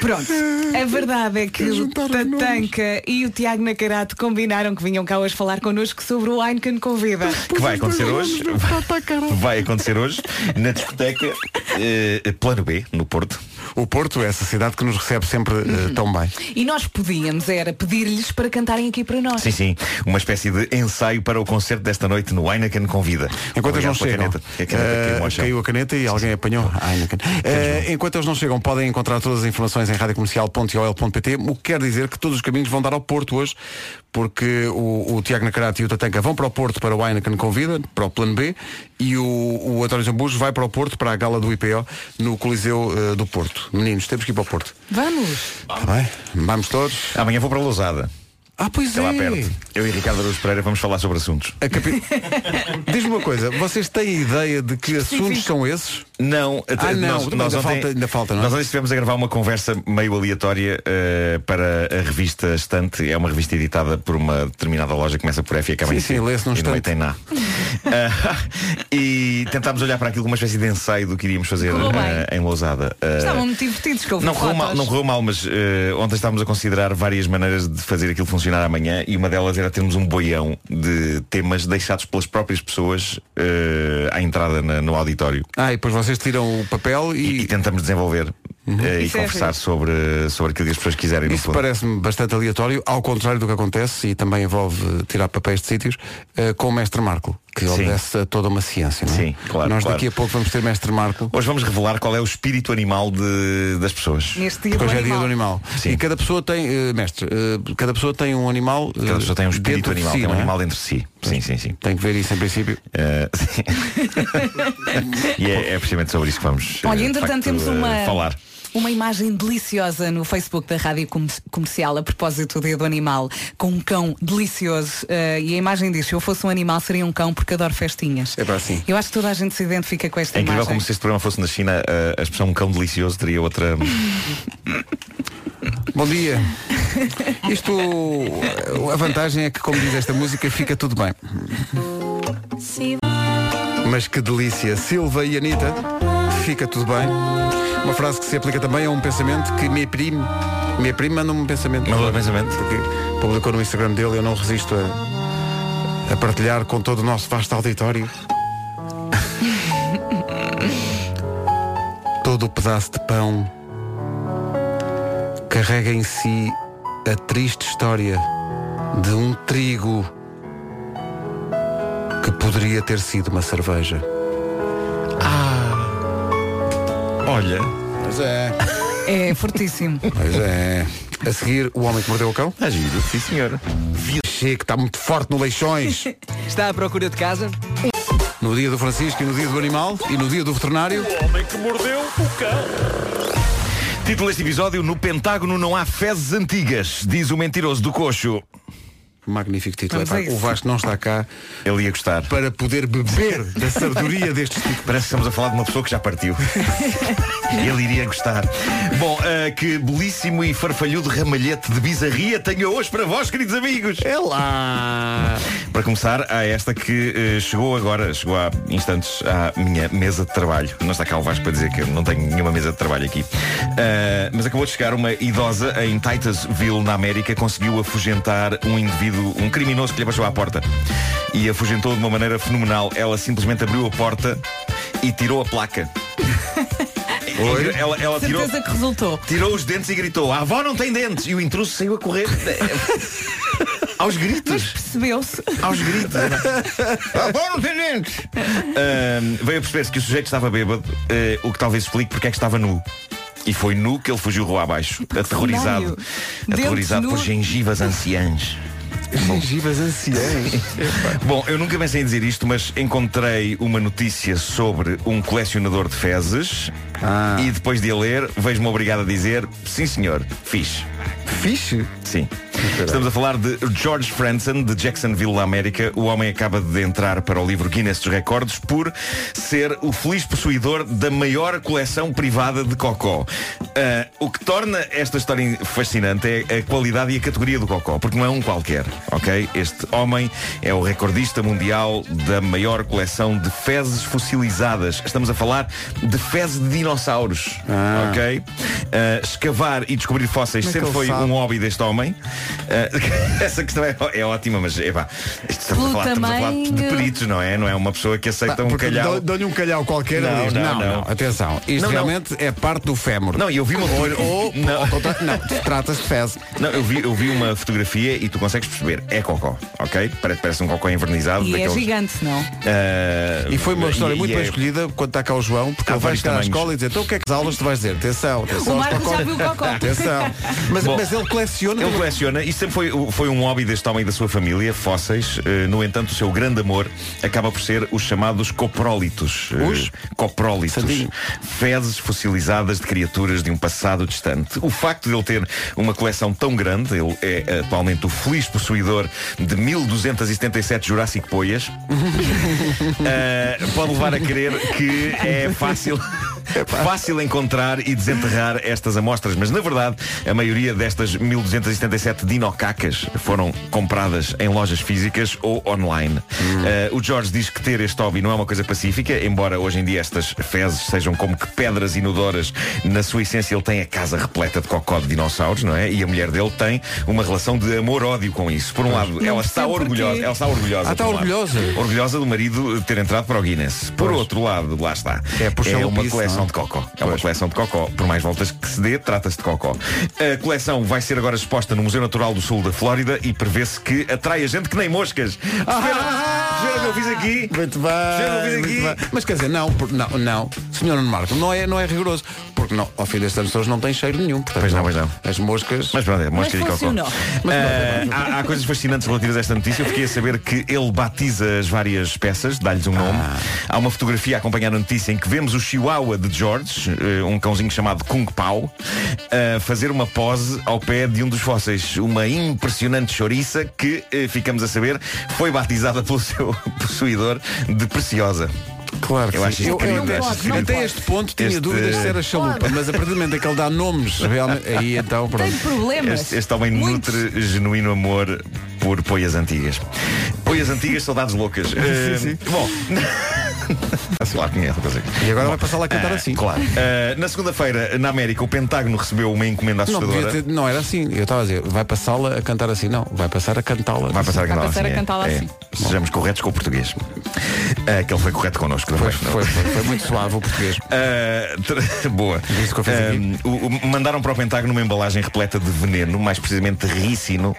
Pronto, a verdade é que o Tatanka e o Tiago Nacarato combinaram que vinham cá hoje falar connosco sobre o Heineken Convida.
Que vai acontecer hoje. Vai acontecer hoje na discoteca eh, Plano B, no Porto.
O Porto é essa cidade que nos recebe sempre eh, tão bem.
E nós podíamos, era pedir-lhes para cantarem aqui para nós.
Sim, sim. Uma espécie de ensaio para o concerto desta noite no Heineken Convida.
Enquanto eles não
Obrigado
chegam,
pela caneta. A caneta
eh,
caiu ao chão.
caiu a caneta e alguém apanhou. Ai, na caneta. Eh, enquanto eles não chegam, podem encontrar todas as informações em radiocomercial.ol.pt, o que quer dizer que todos os caminhos vão dar ao Porto hoje, porque o, o Tiago Nacarate e o Tatanka vão para o Porto para o Heineken Convida, para o Plano B, e o, o António Zambujo vai para o Porto para a gala do IPO no Coliseu eh, do Porto. Meninos, temos que ir para o Porto.
Vamos!
Tá bem? Vamos todos.
Amanhã vou para a Lousada.
Ah, pois
É
é.
lá perto. Eu e Ricardo Araújo Pereira vamos falar sobre assuntos.
A capi- Diz-me uma coisa, vocês têm ideia de que assuntos são esses?
Não,
Ah, não,
nós,
ainda
nós ontem,
falta- ainda falta, não é?
Nós ontem estivemos a gravar uma conversa meio aleatória eh, para a revista Estante. É uma revista editada por uma determinada loja que começa por F e acaba
Sim,
em
sim,
C.
lê-se num
E no meio
estante.
tem na. Ah, e tentámos olhar para aquilo como uma espécie de ensaio do que iríamos fazer
Correu bem.
eh, em Lousada. Eh,
Estavam muito divertidos com
não correu, mal, não correu mal, mas eh, ontem estávamos a considerar várias maneiras de fazer aquilo funcionar amanhã e uma delas era termos um boião de temas deixados pelas próprias pessoas eh, à entrada na- no auditório
Ah, e depois vocês tiram o papel e. Uhum.
e tentamos desenvolver eh, e
Isso é
conversar
giro.
sobre, sobre aquilo que as pessoas quiserem. no
Isso
fundo.
parece-me bastante aleatório, ao contrário do que acontece, e também envolve eh, tirar papéis de sítios, eh, com o mestre Marco. que obedece a toda uma ciência, não é? Sim,
claro,
Nós
claro.
daqui a pouco vamos ter Mestre Marco.
Hoje vamos revelar qual é o espírito animal de- das pessoas.
Neste
Porque hoje é dia do animal. E cada pessoa tem, eh, mestre, eh, cada pessoa tem um animal. eh,
Cada pessoa tem um espírito
dentro de
animal,
si,
tem um
não é?
animal É. dentro de si. Sim, sim, sim.
Tem que ver isso em princípio.
sim. e é, é precisamente sobre isso que vamos eh,
Olha,
de
entretanto,
facto,
temos
eh,
uma-
falar.
Uma imagem deliciosa no Facebook da Rádio Com- Comercial a propósito do Dia do Animal, com um cão delicioso. eh, e a imagem diz, se eu fosse um animal, seria um cão porque adoro festinhas.
É para assim.
Eu acho que toda a gente se identifica com esta
É incrível
imagem.
como se este programa fosse na China, eh, a expressão um cão delicioso teria outra.
Bom dia. Isto, a vantagem é que, como diz esta música, fica tudo bem. Mas que delícia. Silva e Anitta, fica tudo bem. Uma frase que se aplica também a um pensamento que me prime. Minha prima mandou-me um pensamento. Mandou um
pensamento.
Porque publicou no Instagram dele, eu não resisto a, a partilhar com todo o nosso vasto auditório. todo o pedaço de pão carrega em si a triste história de um trigo que poderia ter sido uma cerveja.
Ah! Olha.
Pois é.
É fortíssimo.
Pois é. A seguir, o homem que mordeu o cão?
É giro, sim senhora.
Chico, está muito forte no Leixões.
Está à procura de casa?
No dia do Francisco e no dia do animal e no dia do veterinário.
homem que mordeu o cão.
Título deste episódio: No Pentágono não há fezes antigas, diz o mentiroso do coxo.
Magnífico título.
Vamos
Epá,
a isso.
o Vasco não está cá.
Ele ia gostar.
Para poder beber da sabedoria deste tipo.
Parece que estamos a falar de uma pessoa que já partiu. Ele iria gostar. Bom, ah, que belíssimo e farfalhudo ramalhete de bizarria tenho hoje para vós, queridos amigos.
É lá.
Para começar, há esta que eh, chegou agora, chegou há instantes à minha mesa de trabalho. Não está cá o Vasco para dizer que eu não tenho nenhuma mesa de trabalho aqui. Ah, mas acabou de chegar uma idosa em Titusville, na América, conseguiu afugentar um indivíduo, um criminoso que lhe abaixou à porta. E afugentou de uma maneira fenomenal. Ela simplesmente abriu a porta e tirou a placa.
Oi?
Ela, ela tirou,
Certeza que resultou.
tirou os dentes e gritou, a avó não tem dentes! E o intruso saiu a correr. Aos gritos.
Percebeu-se.
Aos gritos. é
Ah,
Agora os dentes! Ahm, veio a perceber-se que o sujeito estava bêbado, eh, o que talvez explique porque é que estava nu. E foi nu que ele fugiu rua abaixo, aterrorizado.
Dentes
Aterrorizado por
nu.
gengivas anciãs.
Gengivas anciãs.
Bom, eu nunca pensei em dizer isto, mas encontrei uma notícia sobre um colecionador de fezes
Ah.
e depois de a ler, vejo-me obrigado a dizer, sim senhor, fiz.
Fixe?
Sim. Estamos a falar de George Franson, de Jacksonville, na América. O homem acaba de entrar para o livro Guinness dos Recordes por ser o feliz possuidor da maior coleção privada de cocó. Ah, o que torna esta história fascinante é a qualidade e a categoria do cocó, porque não é um qualquer, ok? Este homem é o recordista mundial da maior coleção de fezes fossilizadas. Estamos a falar de fezes de dinossauros, ok? Ah, escavar e descobrir fósseis
Como é que
sempre
ele
foi
sabe?
um hobby deste homem. Ah, essa questão é, é ótima, mas epá, isto estamos, a
Pelo
falar, estamos a falar de
tamanho.
peritos, não é? Não é uma pessoa que aceita
Pá,
um
porque
calhau.
dou- Dou-lhe um calhau qualquer
Não,
ele diz,
não, não.
atenção. Isto
Não, não.
realmente é parte do fémur.
Não, e eu vi uma
Ou, ou-
Não.
ao contrário, não, trata-se de fezes.
Não, eu vi, eu vi uma fotografia e tu consegues perceber, é cocó, ok? Parece, parece um cocó envernizado.
E é
daqueles-
gigante, não?
Ah,
E foi uma história
e-
muito
e
bem
é-
escolhida quando está cá o João, porque
Há
ele vai
vários
chegar à
tamanhos.
escola e dizer, então o que é que as aulas tu vais dizer? Atenção, atenção.
O
aos
Marco já
cocós."
viu o cocó.
Atenção. Mas,
Bom,
mas ele coleciona.
Ele coleciona, isto sempre foi, foi um hobby deste homem e da sua família, fósseis. Eh, no entanto, o seu grande amor acaba por ser os chamados coprólitos. Eh,
Os?
coprólitos. Fezes fossilizadas de criaturas de um passado distante. O facto de ele ter uma coleção tão grande, ele é atualmente o feliz possuidor de 1277 Jurassic Poias, eh, pode levar a crer que é fácil. Fácil encontrar e desenterrar estas amostras, mas na verdade a maioria destas 1277 dinocacas foram compradas em lojas físicas ou online. Eh, o George diz que ter este hobby não é uma coisa pacífica, embora hoje em dia estas fezes sejam como que pedras inodoras, na sua essência ele tem a casa repleta de cocó de dinossauros, não é? E a mulher dele tem uma relação de amor-ódio com isso. Por um lado, ela está orgulhosa, ela está orgulhosa.
Ah, está
por um lado.
orgulhosa.
Orgulhosa do marido ter entrado para o Guinness. Por outro lado, lá está.
É por ser
uma
loupice, não
coleção
é?
de cocó. É uma coleção de cocó. Por mais voltas que se dê, trata-se de cocó. A coleção vai ser agora
Ah!
exposta no Museu Natural do Sul da Flórida e prevê-se que atrai a gente que nem moscas. perceberam o que eu fiz aqui?
Muito
Perceberam o que eu
bem,
fiz aqui?
muito bem. Mas quer dizer, não, por- não, não, senhor Nuno Marco, não é, não é rigoroso. Porque não, ao fim deste ano pessoas não têm cheiro nenhum. Portanto, pois não, pois não. As moscas.
Mas pronto, é mosca de cocó.
Mas
Ah, há, há coisas fascinantes relativas a esta notícia. Eu fiquei a saber que ele batiza as várias peças, dá-lhes um nome. Há uma fotografia a acompanhar a notícia em que vemos o Chihuahua de George, eh, um cãozinho chamado Kung Pao, a fazer uma pose ao pé de um dos fósseis. Uma impressionante chouriça que, eh, ficamos a saber, foi batizada pelo seu possuidor de Preciosa.
Claro
eu acho
Eu-
isto querido,
eu-
acho isto querido.
até este ponto tinha
Este-
dúvidas se era chalupa, mas a partir do momento em que ele dá nomes, realmente, aí então pronto.
Tem problemas.
Este, este homem nutre genuíno amor por poias antigas. Poias antigas, saudades loucas. Eh,
sim.
Bom. Lá conheço, quer dizer.
E agora
Bom,
vai passar lá a cantar
ah,
assim.
Claro. Ah, na segunda-feira, na América, o Pentágono recebeu uma
Não,
encomenda assustadora.
devia ter- não era assim. Eu estava a dizer, vai passá-la a cantar assim. Não, vai passar a cantá-la.
Vai passar a
Vai
cantá-la
passar a cantá-la
é.
assim.
É. Sejamos corretos com o português. Ah, que ele foi correto connosco também.
Foi, foi, foi muito suave o português.
Ah, tra- Boa. Ah, o- o- mandaram para o Pentágono uma embalagem repleta de veneno, mais precisamente ricino.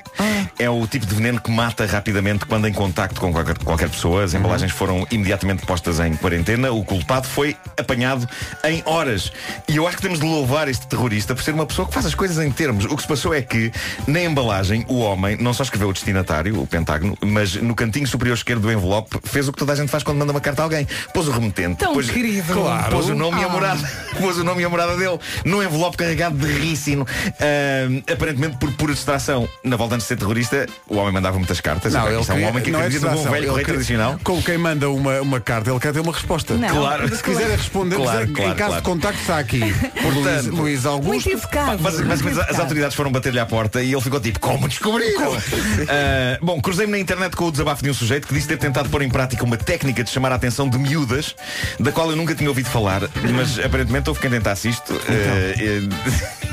É o tipo de veneno que mata rapidamente quando em contacto com qualquer, qualquer pessoa. As embalagens foram imediatamente postas em quarentena. O culpado foi apanhado em horas. E eu acho que temos de louvar este terrorista por ser uma pessoa que faz as coisas em termos. O que se passou é que, na embalagem, o homem não só escreveu o destinatário, o Pentágono, mas no cantinho superior esquerdo do envelope fez o que toda a gente faz quando manda uma carta a alguém. Pôs o remetente.
Tão
pôs,
querido.
Claro. Pôs o nome e a
Ah.
morada. Pôs o nome e a morada dele num envelope carregado de ricino. Ahm, aparentemente por pura distração. Na volta antes de ser terrorista, o homem mandava muitas cartas.
Não,
Ok,
ele
isto é um
queria-
homem que
não é
acredita num
distração,
velho
ele
correio
queria-
tradicional.
Como quem manda uma, uma carta, ele quer ter uma resposta.
Não.
Claro.
Se quiser é responder,
Claro,
se-
claro,
em caso
claro.
de contacto está aqui. Por Luís,
Portanto,
Luís Augusto.
Muito educado.
Mas, mas, mas
Tá.
as autoridades foram bater-lhe à porta e ele ficou tipo, como descobriram? Ah, bom, cruzei-me na internet com o desabafo de um sujeito que disse ter tentado pôr em prática uma técnica de chamar a atenção de miúdas, da qual eu nunca tinha ouvido falar, mas aparentemente houve quem tentasse isto.
Então.
Ah, eh,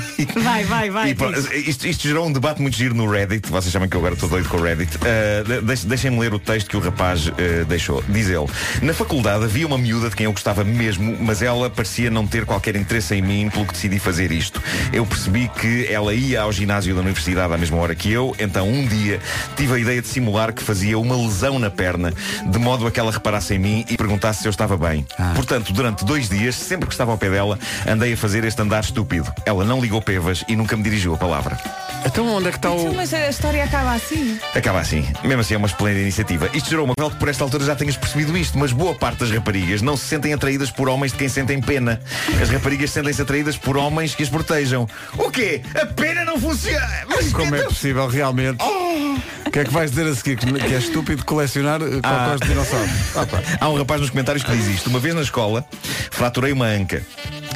Vai, vai, vai. é
E pronto,
diz.
isto, isto gerou um debate muito giro no Reddit. Vocês sabem que eu agora estou doido com o Reddit. Uh, de- deix- Deixem-me ler o texto que o rapaz uh, deixou. Diz ele: Na faculdade havia uma miúda de quem eu gostava mesmo, mas ela parecia não ter qualquer interesse em mim, pelo que decidi fazer isto. Eu percebi que ela ia ao ginásio da universidade à mesma hora que eu, então um dia tive a ideia de simular que fazia uma lesão na perna, de modo a que ela reparasse em mim e perguntasse se eu estava bem.
Ah.
Portanto, durante dois dias, sempre que estava ao pé dela, andei a fazer este andar estúpido. Ela não ligou pevas e nunca me dirigiu a palavra.
Então onde é que está
Então, Mas a história acaba assim.
Acaba assim. Mesmo assim é uma esplêndida iniciativa. Isto gerou uma Provavelmente que por esta altura já tenhas percebido isto, mas boa parte das raparigas não se sentem atraídas por homens de quem sentem pena. As raparigas sentem-se atraídas por homens que as protejam. O quê? A pena não funciona? Mas então,
Como é possível realmente?
Oh!
O que é que vais dizer a seguir? Que que é estúpido colecionar eh,
Ah.
cocós de dinossauro. Ah,
Há um rapaz nos comentários que diz isto. Uma vez na escola, fraturei uma anca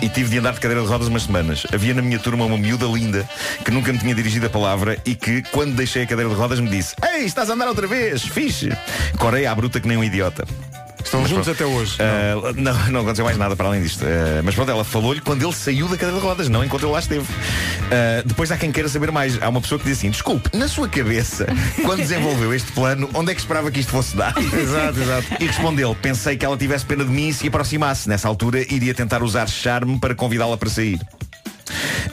e tive de andar de cadeira de rodas umas semanas. Havia na minha turma uma miúda linda que nunca me tinha dirigido a palavra e que, quando deixei a cadeira de rodas, me disse Ei, estás a andar outra vez, fixe. Corei à bruta que nem um idiota.
Estão juntos até hoje.
Eh, não. não, aconteceu mais nada para além disto. Ah, mas pronto, ela falou-lhe quando ele saiu da cadeira de rodas, não enquanto ele lá esteve. Ah, depois há quem queira saber mais. Há uma pessoa que diz assim, desculpe, na sua cabeça, quando desenvolveu este plano, onde é que esperava que isto fosse dar?
Exato, exato.
E respondeu, pensei que ela tivesse pena de mim e se aproximasse. Nessa altura, iria tentar usar charme para convidá-la para sair.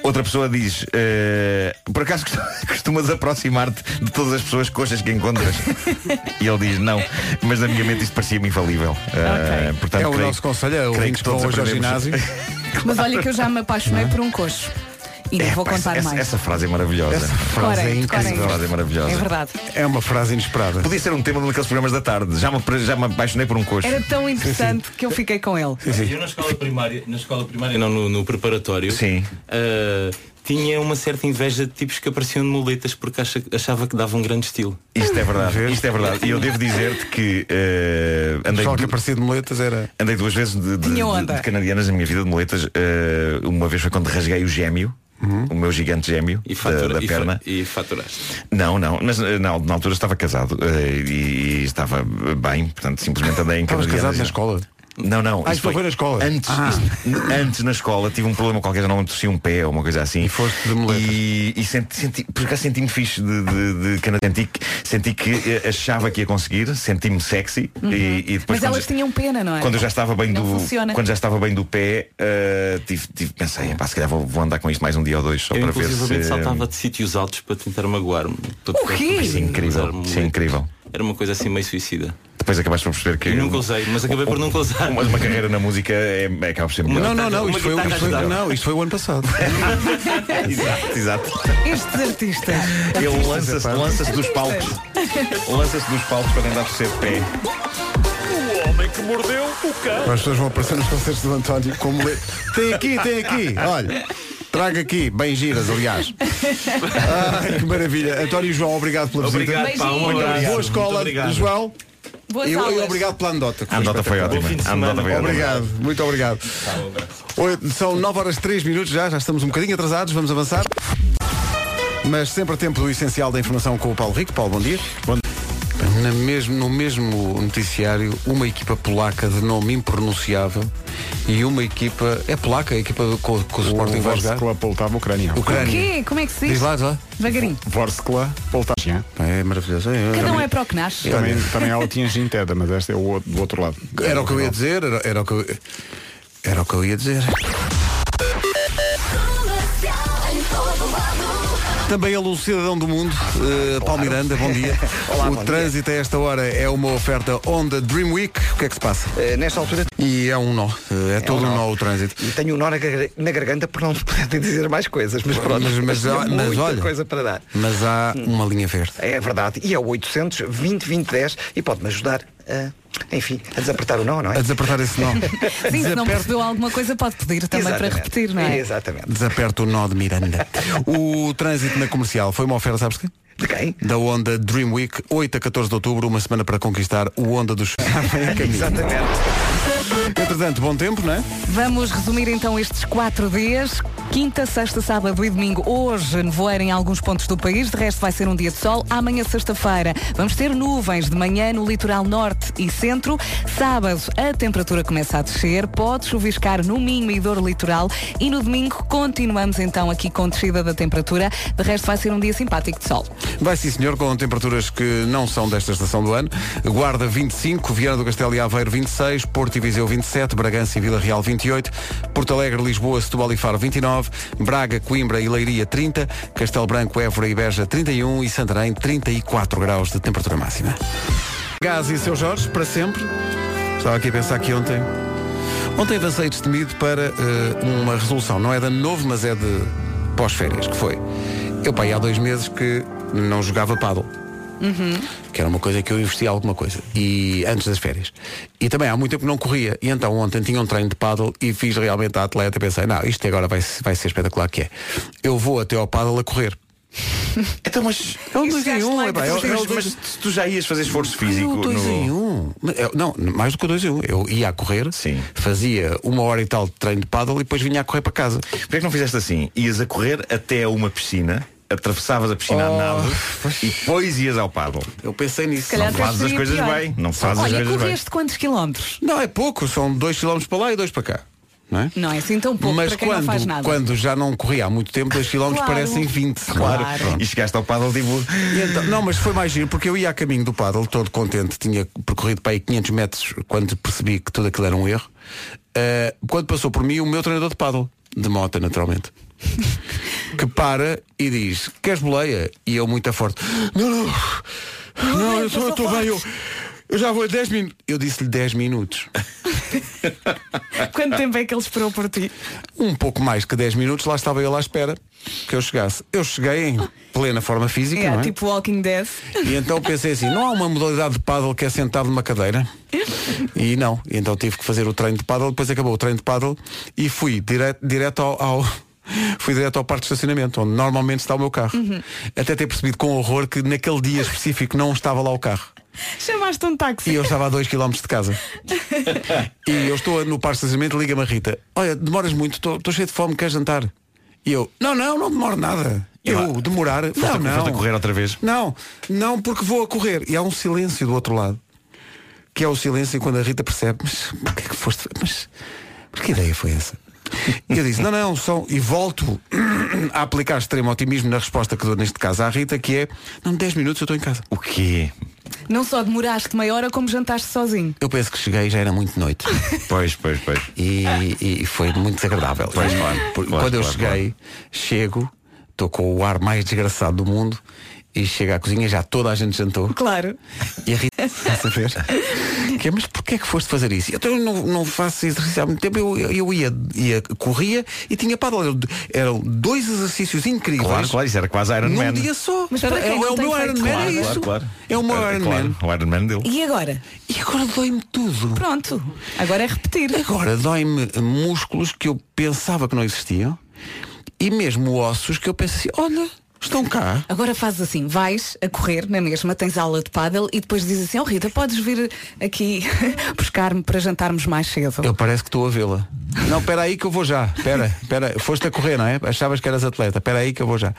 Outra pessoa diz, eh, por acaso costumas aproximar-te de todas as pessoas coxas que encontras? e ele diz, não, mas na minha mente isto parecia-me infalível. Eh, portanto,
é o
creio-
nosso conselho, é o
creio
link
que
que vão
todos
hoje ao
aprendemos.
ginásio.
Mas olha que eu já me apaixonei por um coxo. E não vou
Pá,
contar
essa,
mais.
essa frase é maravilhosa.
Essa frase
Corem,
é
corem.
incrível.
Essa frase é maravilhosa.
É verdade.
É uma frase inesperada.
Podia ser um tema de um daqueles programas da tarde. Já me, já me apaixonei por um coxo.
Era tão interessante que eu fiquei com ele.
Eu na escola primária, na escola primária não, no, no preparatório, ah, tinha uma certa inveja de tipos que apareciam de muletas porque acha- achava que dava um grande estilo.
Isto é verdade, isto é verdade. E eu devo dizer-te que eh,
O
andei,
pessoal que
du-
aparecia de moletas era.
andei duas vezes de, de-
Tinha onda.
de- de canadianas na minha vida de moletas. Eh, uma vez foi quando rasguei o gêmeo,
Uhum.
o meu gigante gêmeo da- da,
e fa-
perna.
E faturaste.
Não, não, mas eh, na, na altura estava casado eh, e, e estava bem, portanto simplesmente andei em
Estavas
canadianas
casado
e-
na escola?
Não, não.
Ah,
isto
isto foi na escola.
Antes,
Ah.
isto- n- antes na escola tive um problema qualquer, não me torci um pé ou uma coisa assim. E foste de E, senti, senti, por acaso senti-me fixe de, de, de cana- Senti que, senti que eh, achava que ia conseguir, senti-me sexy
Uhum.
e, e
Mas
depois quando,
elas tinham pena, não é?
quando eu já estava bem
Não
do.
funciona.
Quando já estava bem do pé, eh, tive, tive- pensei, pá, se calhar vou, vou andar com isto mais um dia ou dois só
Eu
para ver se.
inclusivamente saltava de sítios altos para tentar magoar-me. Para
O quê?
Isso é incrível, isso é incrível.
Era uma coisa assim meio suicida.
Depois acabaste por perceber que.
Eu nunca usei, mas acabei por nunca usar.
Mas uma carreira na música é, é acaba por ser melhor.
Não, não, não,
Uma
isto foi,
guitarra
isto foi-
ajudava.
não, isto foi o ano passado.
exato, exato.
Estes artistas.
Ele lança-se lança dos palcos. Lança-se dos palcos para tentar ser pé.
O homem que mordeu o cão.
As pessoas vão aparecer nos concertos do António como le... Tem aqui, tem aqui. Olha, traga aqui. Bem giras, aliás. Ai, que maravilha. António e João, obrigado pela
Obrigado,
visita.
pá, um
Boa
abraço. Muito
escola,
obrigado.
João.
Boas
e, e
aulas.
obrigado pela anedota. que
A anedota foi
espetacular.
ótima. Bom fim de A anedota semana. foi ótima.
Obrigado, muito obrigado. Oito- são 9 horas 3 minutos já, já estamos um bocadinho atrasados, vamos avançar. Mas sempre a tempo do essencial da informação com o Paulo Rico. Paulo, bom dia. Na mesmo, no mesmo noticiário, uma equipa polaca de nome impronunciável e uma equipa. É polaca, a equipa do, com, com o Sporting vai jogar.
Vorskla Poltava, Ucrânia.
O
Ucrânia.
quê? Como é que se diz?
Diz lá, diz lá.
Devagarinho.
Vorskla Poltava.
É maravilhoso.
Cada um é para o que nasce.
Também, também há o Tianjinteda, mas este é o outro, do outro lado.
Era o que eu ia dizer, era, era o que eu, era o que eu ia dizer. Também ele, o cidadão do mundo, eh, Paulo Miranda, bom dia. o trânsito a esta hora é uma oferta Honda Dream Week. O que é que se passa?
nesta altura.
E é um nó. Eh, É, todo um nó. o trânsito.
E tenho um nó na, gar- na garganta por não poder dizer mais coisas, mas pronto.
Mas- mas-
tinha
mas
muita
olha.
coisa para dar.
Mas há uma linha verde.
É verdade. E é o 800 20 20 10 e pode-me ajudar a, enfim, a desapertar o nó, não é?
A desapertar esse nó.
Sim, se não percebeu alguma coisa, pode pedir também para
Exatamente.
repetir, não é?
Exatamente.
Desaperta o nó de Miranda. O trânsito na comercial foi uma oferta, sabes de quem?
De quem?
Da Honda Dream Week, 8 a 14 de outubro, uma semana para conquistar o Honda dos. Exatamente. Entretanto, bom tempo, não é?
Vamos resumir então estes quatro dias. Quinta, sexta, sábado e domingo. Hoje, nevoeiro em alguns pontos do país. De resto, vai ser um dia de sol. Amanhã, sexta-feira, vamos ter nuvens de manhã no litoral norte e centro. Sábado, a temperatura começa a descer. Pode chuviscar no Minho e dor litoral. E no domingo, continuamos então aqui com descida da temperatura. De resto, vai ser um dia simpático de sol.
Vai sim, senhor, com temperaturas que não são desta estação do ano. Guarda 25, Viana do Castelo e Aveiro 26, Porto e Viseu 27, Bragança e Vila Real 28, Porto Alegre, Lisboa, Setúbal e Faro 29, Braga, Coimbra e Leiria 30, Castelo Branco, Évora e Beja 31 e Santarém 34 graus de temperatura máxima. Gás e seu Jorge, para sempre. Estava aqui a pensar que ontem. Ontem avancei destemido para eh, uma resolução. Não é de ano novo, mas é de pós-férias, que foi. Eu, pai, há dois meses que não jogava paddle. Que era uma coisa que eu investia alguma coisa. E antes das férias. E também há muito tempo que não corria. E então ontem tinha um treino de paddle e fiz realmente a atleta. Pensei, não, isto agora vai, se- vai ser espetacular que é. Eu vou até ao paddle a correr.
Então, mas.
É um dois em um, é, pá, é,
Mas,
é um
mas,
dois-
se tu já ias fazer esforço físico.
é o 2
no-
em 1. Um. Mas eu- Não, mais do que o 2 em 1. Um. Eu ia a correr, fazia uma hora e tal de treino de paddle e depois vinha a correr para casa.
Porquê que não fizeste assim? Ias a correr até a uma piscina, atravessavas a piscina a nado e depois ias ao paddle.
Eu pensei nisso.
Não fazes as coisas bem. Não fazes
Olha,
as coisas bem.
correste quantos quilómetros?
Não, é pouco. São 2 km para lá e 2 para cá. Não é?
Não é assim tão pouco
Mas
para quem
quando,
não faz nada.
quando já não corria há muito tempo, 2 km
Claro.
parecem 20.
Claro.
E chegaste ao paddle tipo.
E então- não, mas foi mais giro porque eu ia a caminho do paddle, todo contente, tinha percorrido para aí 500 metros quando percebi que tudo aquilo era um erro. Ah, quando passou por mim o meu treinador de paddle, de mota naturalmente, que para e diz: Queres boleia? E eu muito a forte: Não, não, não, eu
eu
estou
sou
estou bem, eu, eu já vou a 10 minutos. Eu disse-lhe 10 minutos. Ah.
Quanto tempo é que ele esperou por ti?
Um pouco mais que 10 minutos, lá estava ele à espera que eu chegasse. Eu cheguei em plena forma física,
É,
não é?
tipo Walking Dead.
E então pensei assim, não há uma modalidade de paddle que é sentado numa cadeira? E não. E então tive que fazer o treino de paddle, depois acabou o treino de paddle e fui direto, direto ao, ao- fui direto ao parque de estacionamento, onde normalmente está o meu carro.
Uhum.
Até ter percebido com horror que naquele dia específico não estava lá o carro.
Chamaste um táxi.
E eu estava a 2 km de casa. e eu estou no parque de estacionamento, liga-me a Rita. Olha, demoras muito, estou- estou cheio de fome, queres jantar? E eu, não, não, não demoro nada. Eu, demorar,
Foste a-
não,
foste a
não.
correr outra vez.
Não, não porque vou a correr. E há um silêncio do outro lado. Que é o silêncio quando a Rita percebe, mas porquê que foste? Mas, mas que ideia foi essa? E eu disse, não, não, são. E volto a aplicar extremo otimismo na resposta que dou neste caso à Rita, que é, não, 10 minutos eu estou em casa.
O quê?
Não só demoraste meia hora, como jantaste sozinho.
Eu penso que cheguei já era muito noite.
Pois, pois, pois.
E, e foi muito desagradável.
Pois, claro,
Porque
claro,
quando eu
claro,
cheguei, chego, estou com o ar mais desgraçado do mundo e chega à cozinha e já toda a gente jantou.
Claro.
E a Rita está a saber. Que é, mas porquê é que foste fazer isso? Então, Eu não, não faço exercício há muito tempo, eu, eu ia, ia, corria e tinha paddle. Eram- Eram dois exercícios incríveis.
Claro, claro, isso era quase Iron
num
Man.
dia só.
Mas para
é,
quem
é
não
o
tem
meu
feito
Iron Man,
claro,
é isso.
Claro, claro.
É o meu
É,
Iron
claro,
Man.
O Iron Man dele.
E agora?
E agora dói-me tudo.
Pronto, agora é repetir.
Agora dói-me músculos que eu pensava que não existiam e mesmo ossos que eu penso assim, olha, estão cá.
Agora fazes assim, vais a correr na mesma, tens aula de paddle e depois dizes assim, oh Rita, podes vir aqui buscar-me para jantarmos mais cedo.
Eu parece que estou a vê-la. Não, espera aí que eu vou já. Espera, espera. Foste a correr, não é? Achavas que eras atleta. Espera aí que eu vou já.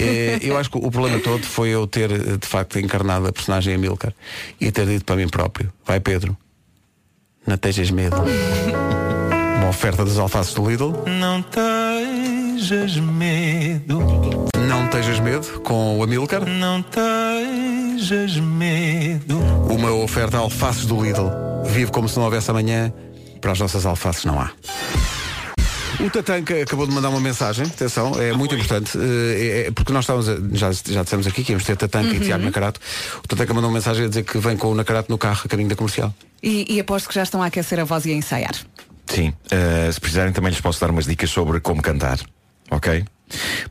Eh, Eu acho que o problema todo foi eu ter, eh, de facto, encarnado a personagem Amilcar e ter dito para mim próprio, vai Pedro, não tejas medo. Uma oferta dos alfaces do Lidl.
Não tejas medo.
Não tejas medo com o Amilcar.
Não tejas medo.
Uma oferta a alfaces do Lidl. Vive como se não houvesse amanhã. Para as nossas alfaces não há. O Tatanka acabou de mandar uma mensagem, atenção, é muito importante, eh, é- é porque nós estávamos, a- já, já dissemos aqui que íamos ter Tatanka e
Uhum.
Tiago Nacarato. O Tatanka mandou uma mensagem a dizer que vem com o Nacarato no carro a caminho da comercial.
E, e aposto que já estão a aquecer a voz e a ensaiar.
Sim, eh, se precisarem também lhes posso dar umas dicas sobre como cantar, ok?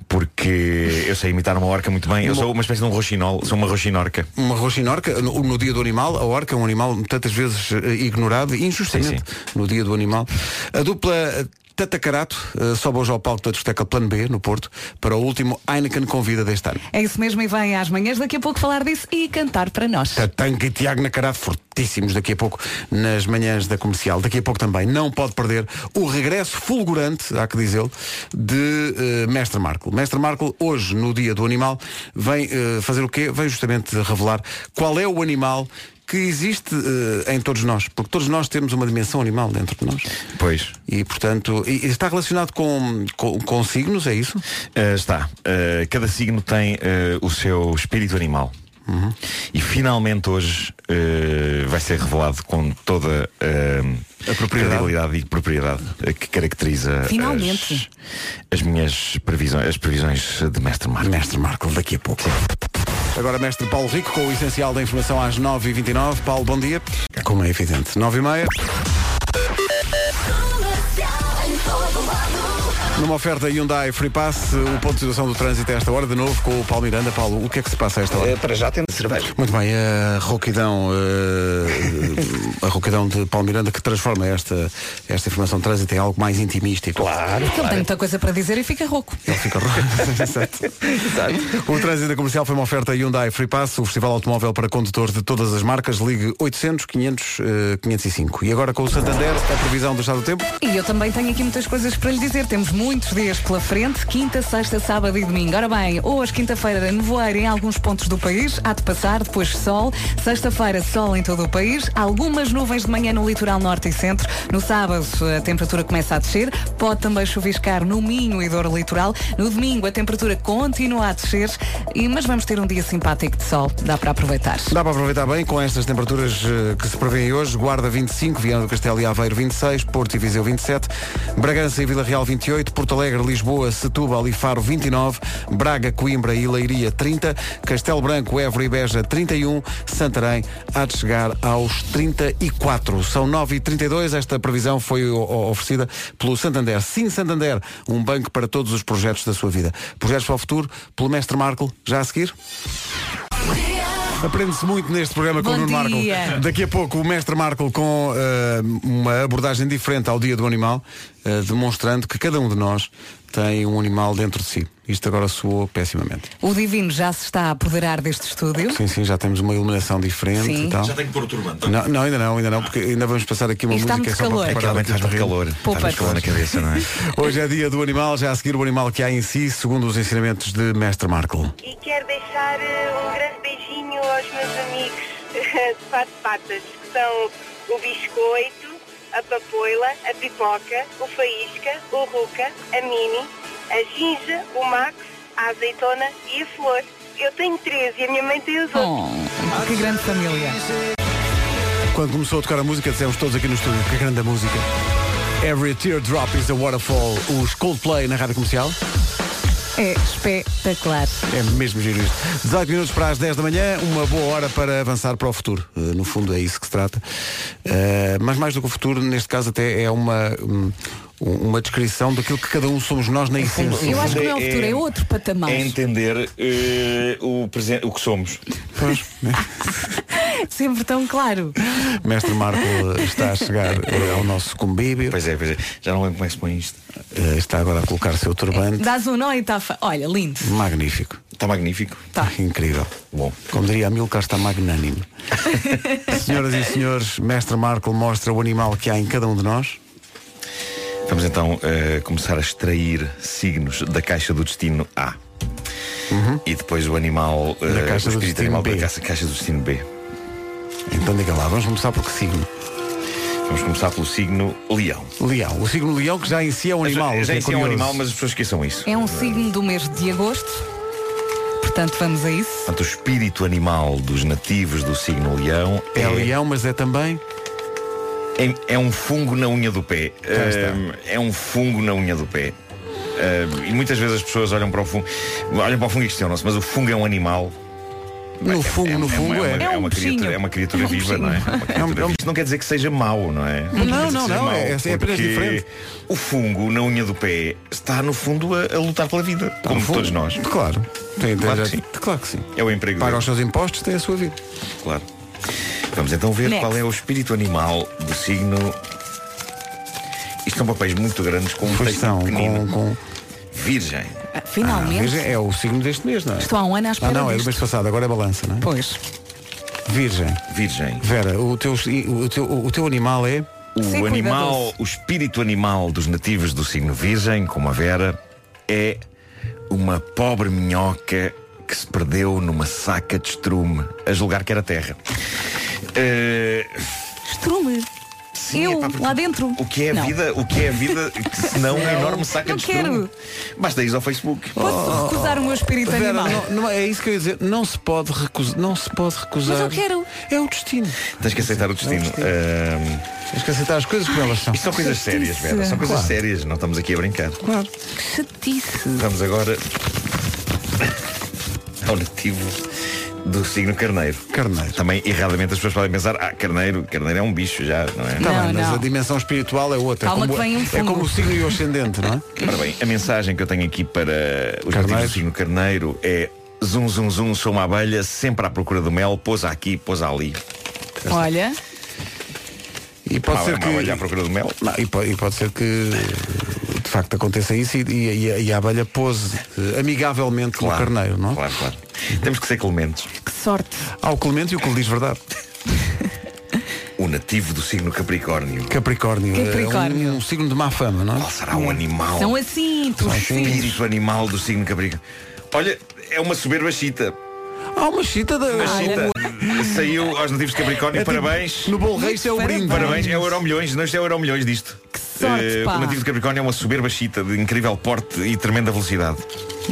Porque eu sei imitar uma orca muito bem, eu sou uma espécie de um roxinol, sou uma roxinorca.
Uma roxinorca, no, no dia do animal, a orca é um animal tantas vezes eh, ignorado, e injustamente, no dia do animal. A dupla eh, Tatacarato eh, sobe hoje ao palco da discoteca Plano B, no Porto, para o último Heineken Convida deste ano.
É isso mesmo e vem às manhãs daqui a pouco falar disso e cantar para nós.
Tatanka e Tiago Nacarato, fortíssimos daqui a pouco nas manhãs da comercial. Daqui a pouco também não pode perder o regresso fulgurante, há que dizê-lo, de eh, Mestre Marco. Mestre Marco, hoje, no Dia do Animal, vem eh, fazer o quê? Vem justamente revelar qual é o animal que existe eh, em todos nós, porque todos nós temos uma dimensão animal dentro de nós.
Pois.
E, portanto, e- e está relacionado com, com, com signos, é isso?
Eh, está. Eh, cada signo tem eh, o seu espírito animal. E finalmente hoje eh, vai ser revelado com toda eh, a credibilidade e propriedade eh, que caracteriza
Finalmente.
As, as minhas previsões, as previsões de Mestre Marco.
Mestre Marco, daqui a pouco. Agora mestre Paulo Rico com o essencial da informação às 9h29. Paulo, bom dia. Como é evidente, 9h30. Numa oferta Hyundai Free Pass, o ponto de situação do trânsito a esta hora, de novo com o Paulo Miranda. Paulo, o que é que se passa a esta hora?
Eh, Para já temos cerveja.
Muito bem, a rouquidão, eh, a rouquidão de Paulo Miranda que transforma esta, esta informação de trânsito em algo mais intimista. Claro,
Porque ele tem muita coisa para dizer e fica rouco.
ele fica rouco. Exato. O trânsito da comercial foi uma oferta Hyundai Free Pass, o festival automóvel para condutores de todas as marcas. Ligue 800 500 eh, 505. E agora com o Santander, a previsão do estado do tempo.
E eu também tenho aqui muitas coisas para lhe dizer. Temos muitos dias pela frente, quinta, sexta, sábado e domingo. Ora bem, hoje, quinta-feira, nevoeiro em alguns pontos do país, há de passar, depois sol. Sexta-feira, sol em todo o país, algumas nuvens de manhã no litoral norte e centro. No sábado, a temperatura começa a descer, pode também chuviscar no Minho e Douro Litoral. No domingo, a temperatura continua a descer, e, mas vamos ter um dia simpático de sol, dá para aproveitar.
Dá para aproveitar bem com estas temperaturas eh, que se prevêem hoje. Guarda 25, Viana do Castelo e Aveiro 26, Porto e Viseu 27, Bragança e Vila Real 28, Porto Alegre, Lisboa, Setúbal e Faro 29, Braga, Coimbra e Leiria 30, Castelo Branco, Évora e Beja 31, Santarém há de chegar aos 34. São 9h32, esta previsão foi o- o- oferecida pelo Santander. Sim, Santander, um banco para todos os projetos da sua vida. Projetos para o futuro, pelo Mestre Marco, já a seguir. Aprende-se muito neste programa com o
Bom
Nuno Marco.
dia.
Daqui a pouco o mestre Marco com eh, uma abordagem diferente ao Dia do Animal, eh, demonstrando que cada um de nós tem um animal dentro de si. Isto agora soou pessimamente.
O Divino já se está a apoderar deste estúdio.
Sim, sim, já temos uma iluminação diferente
Sim.
e tal.
Já tem
que pôr o turbante.
Não, não, ainda não, ainda não, porque ainda vamos passar aqui uma
E está
música só
muito calor.
para
É que
preparar
realmente
aqui o
faz muito
terreno.
calor. Faz muito Poupa-te. calor na
cabeça, não é?
Hoje é dia do animal, já a seguir o animal que há em si, segundo os ensinamentos de mestre Marco.
E quero deixar eh, um grande beijinho aos meus amigos de quatro patas, que são o Biscoito, a Papoila, a Pipoca, o Faísca, o Ruca, a Mini, a Ginja, o Max, a Azeitona e a Flor. Eu tenho três e a minha mãe tem os outros.
que grande família.
Quando começou a tocar a música, dissemos todos aqui no estúdio que grande a música. Every teardrop is a waterfall, os Coldplay na rádio comercial.
É espetacular.
É mesmo giro isto. 18 minutos para as 10 da manhã, uma boa hora para avançar para o futuro. Eh, No fundo é isso que se trata. Eh, Mas mais do que o futuro, neste caso até é uma, hum, uma descrição daquilo que cada um somos nós na essência.
Eu acho que não é o futuro, é outro patamar.
É entender eh, o, presen- o que somos.
Sempre tão claro.
Mestre Marco eh, está a chegar eh, ao nosso convívio. Pois
é, pois é. Já não lembro como é que se põe isto.
Está agora a colocar o seu turbante.
Dás um nó e está. fa- Olha, lindo.
Magnífico.
Está magnífico.
Tá.
Está incrível.
Bom.
Como diria Amilcar, está magnânimo. Senhoras e senhores, Mestre Marco mostra o animal que há em cada um de nós.
Vamos então eh, começar a extrair signos da caixa do destino A. E depois o animal. eh,
Uhum. Da caixa
o
do
espírito
destino
animal
B.
da caixa, caixa do destino B.
Então diga lá, vamos começar por que signo?
Vamos começar pelo signo Leão.
Leão. O signo leão que já em si é um animal.
Já
o que
em si é um
curioso.
animal, mas as pessoas esqueçam isso.
É um signo do mês de agosto. Portanto, vamos a isso.
Portanto, o espírito animal dos nativos do signo leão é,
É leão, mas é também.
é, é um fungo na unha do pé.
Cá está.
Hum, é um fungo na unha do pé. Hum, e muitas vezes as pessoas olham para o fungo, olham para o fungo e questionam-se, mas o fungo é um animal.
No fungo, no
uma-
fungo é.
um- uma, uma criatura, é uma criatura viva, não é? Uma criatura viva. Isto não quer dizer que seja mau, não é?
um Não,
quer dizer
não,
que seja
não,
mau,
é- é apenas
porque
diferente.
O fungo na unha do pé está no fundo a, a lutar pela vida, como
fungo.
todos nós.
Claro. Tem- tem-
Claro que
já-
sim.
Claro que sim.
É o emprego
Paga
dele.
os seus impostos, tem a sua vida.
Claro. Vamos então ver
Next.
qual é o espírito animal do signo. Isto são papéis muito grandes com um
Pois
texto
são,
pequenino.
com-
Virgem.
Ah, Finalmente.
Virgem é o signo deste mês, não é?
Estou há um ano
Ah,
à espera
não, é do
disto.
mês passado, agora é balança, não é?
Pois.
Virgem.
Virgem.
Vera, o teu, o teu, o teu animal é.
O animal, o espírito animal dos nativos do signo Virgem, como a Vera, é uma pobre minhoca que se perdeu numa saca de estrume, a julgar que era terra. Eh, é
Estrume. eu, lá dentro.
o que é a
Não.
vida, o que é a vida, que se não uma enorme saca
Não
de
quero.
estrume. Basta ir ao Facebook.
Posso
oh,
recusar o meu espírito
Vera,
animal?
não- não, é isso que eu ia dizer. Não se pode recusar. Não se pode recusar.
Mas eu quero.
É o destino.
Tens que aceitar o destino. Ahm,
Tens que aceitar as coisas como elas são.
isto são coisas sérias, Vera. São coisas
Claro.
sérias, não estamos aqui a brincar.
Claro.
Chatice.
Vamos agora ao nativo do signo carneiro.
Carneiro.
Também erradamente as pessoas podem pensar, ah, carneiro, carneiro é um bicho já, não é?
Tá bem, mas a dimensão espiritual é outra.
Calma
é, como,
que vem um
é
fungo.
como o signo e o ascendente, não é?
Ora bem, a mensagem que eu tenho aqui para os nativos do signo carneiro é zum zum zum, sou uma abelha, sempre à procura do mel, pousa aqui, pousa ali.
Olha,
E pode
Uma-
ser
Ah, uma
que- um
abelha à procura do mel.
Não, e, po- e pode, ser que de facto aconteça isso e, e- e a- e a abelha pose eh, amigavelmente com o carneiro, não é?
Claro, claro. Temos que ser clementes.
que sorte.
Há o Clemente e o que lhe diz verdade.
O nativo do signo Capricórnio.
Capricórnio. é
Capricórnio.
um, um signo de má fama, não é? Qual
será um animal?
São assim, tu
espírito animal do signo Capricórnio. Olha, é uma soberba chita.
Há uma chita da.
A chita saiu aos nativos de Capricórnio,
É tipo,
parabéns.
no bolo rei isso é o brinde.
Parabéns, é o Euro Milhões, não isto é o Euro Milhões disto.
sorte,
Eh,
pá.
o nativo de Capricórnio é uma soberba chita de incrível porte e tremenda velocidade.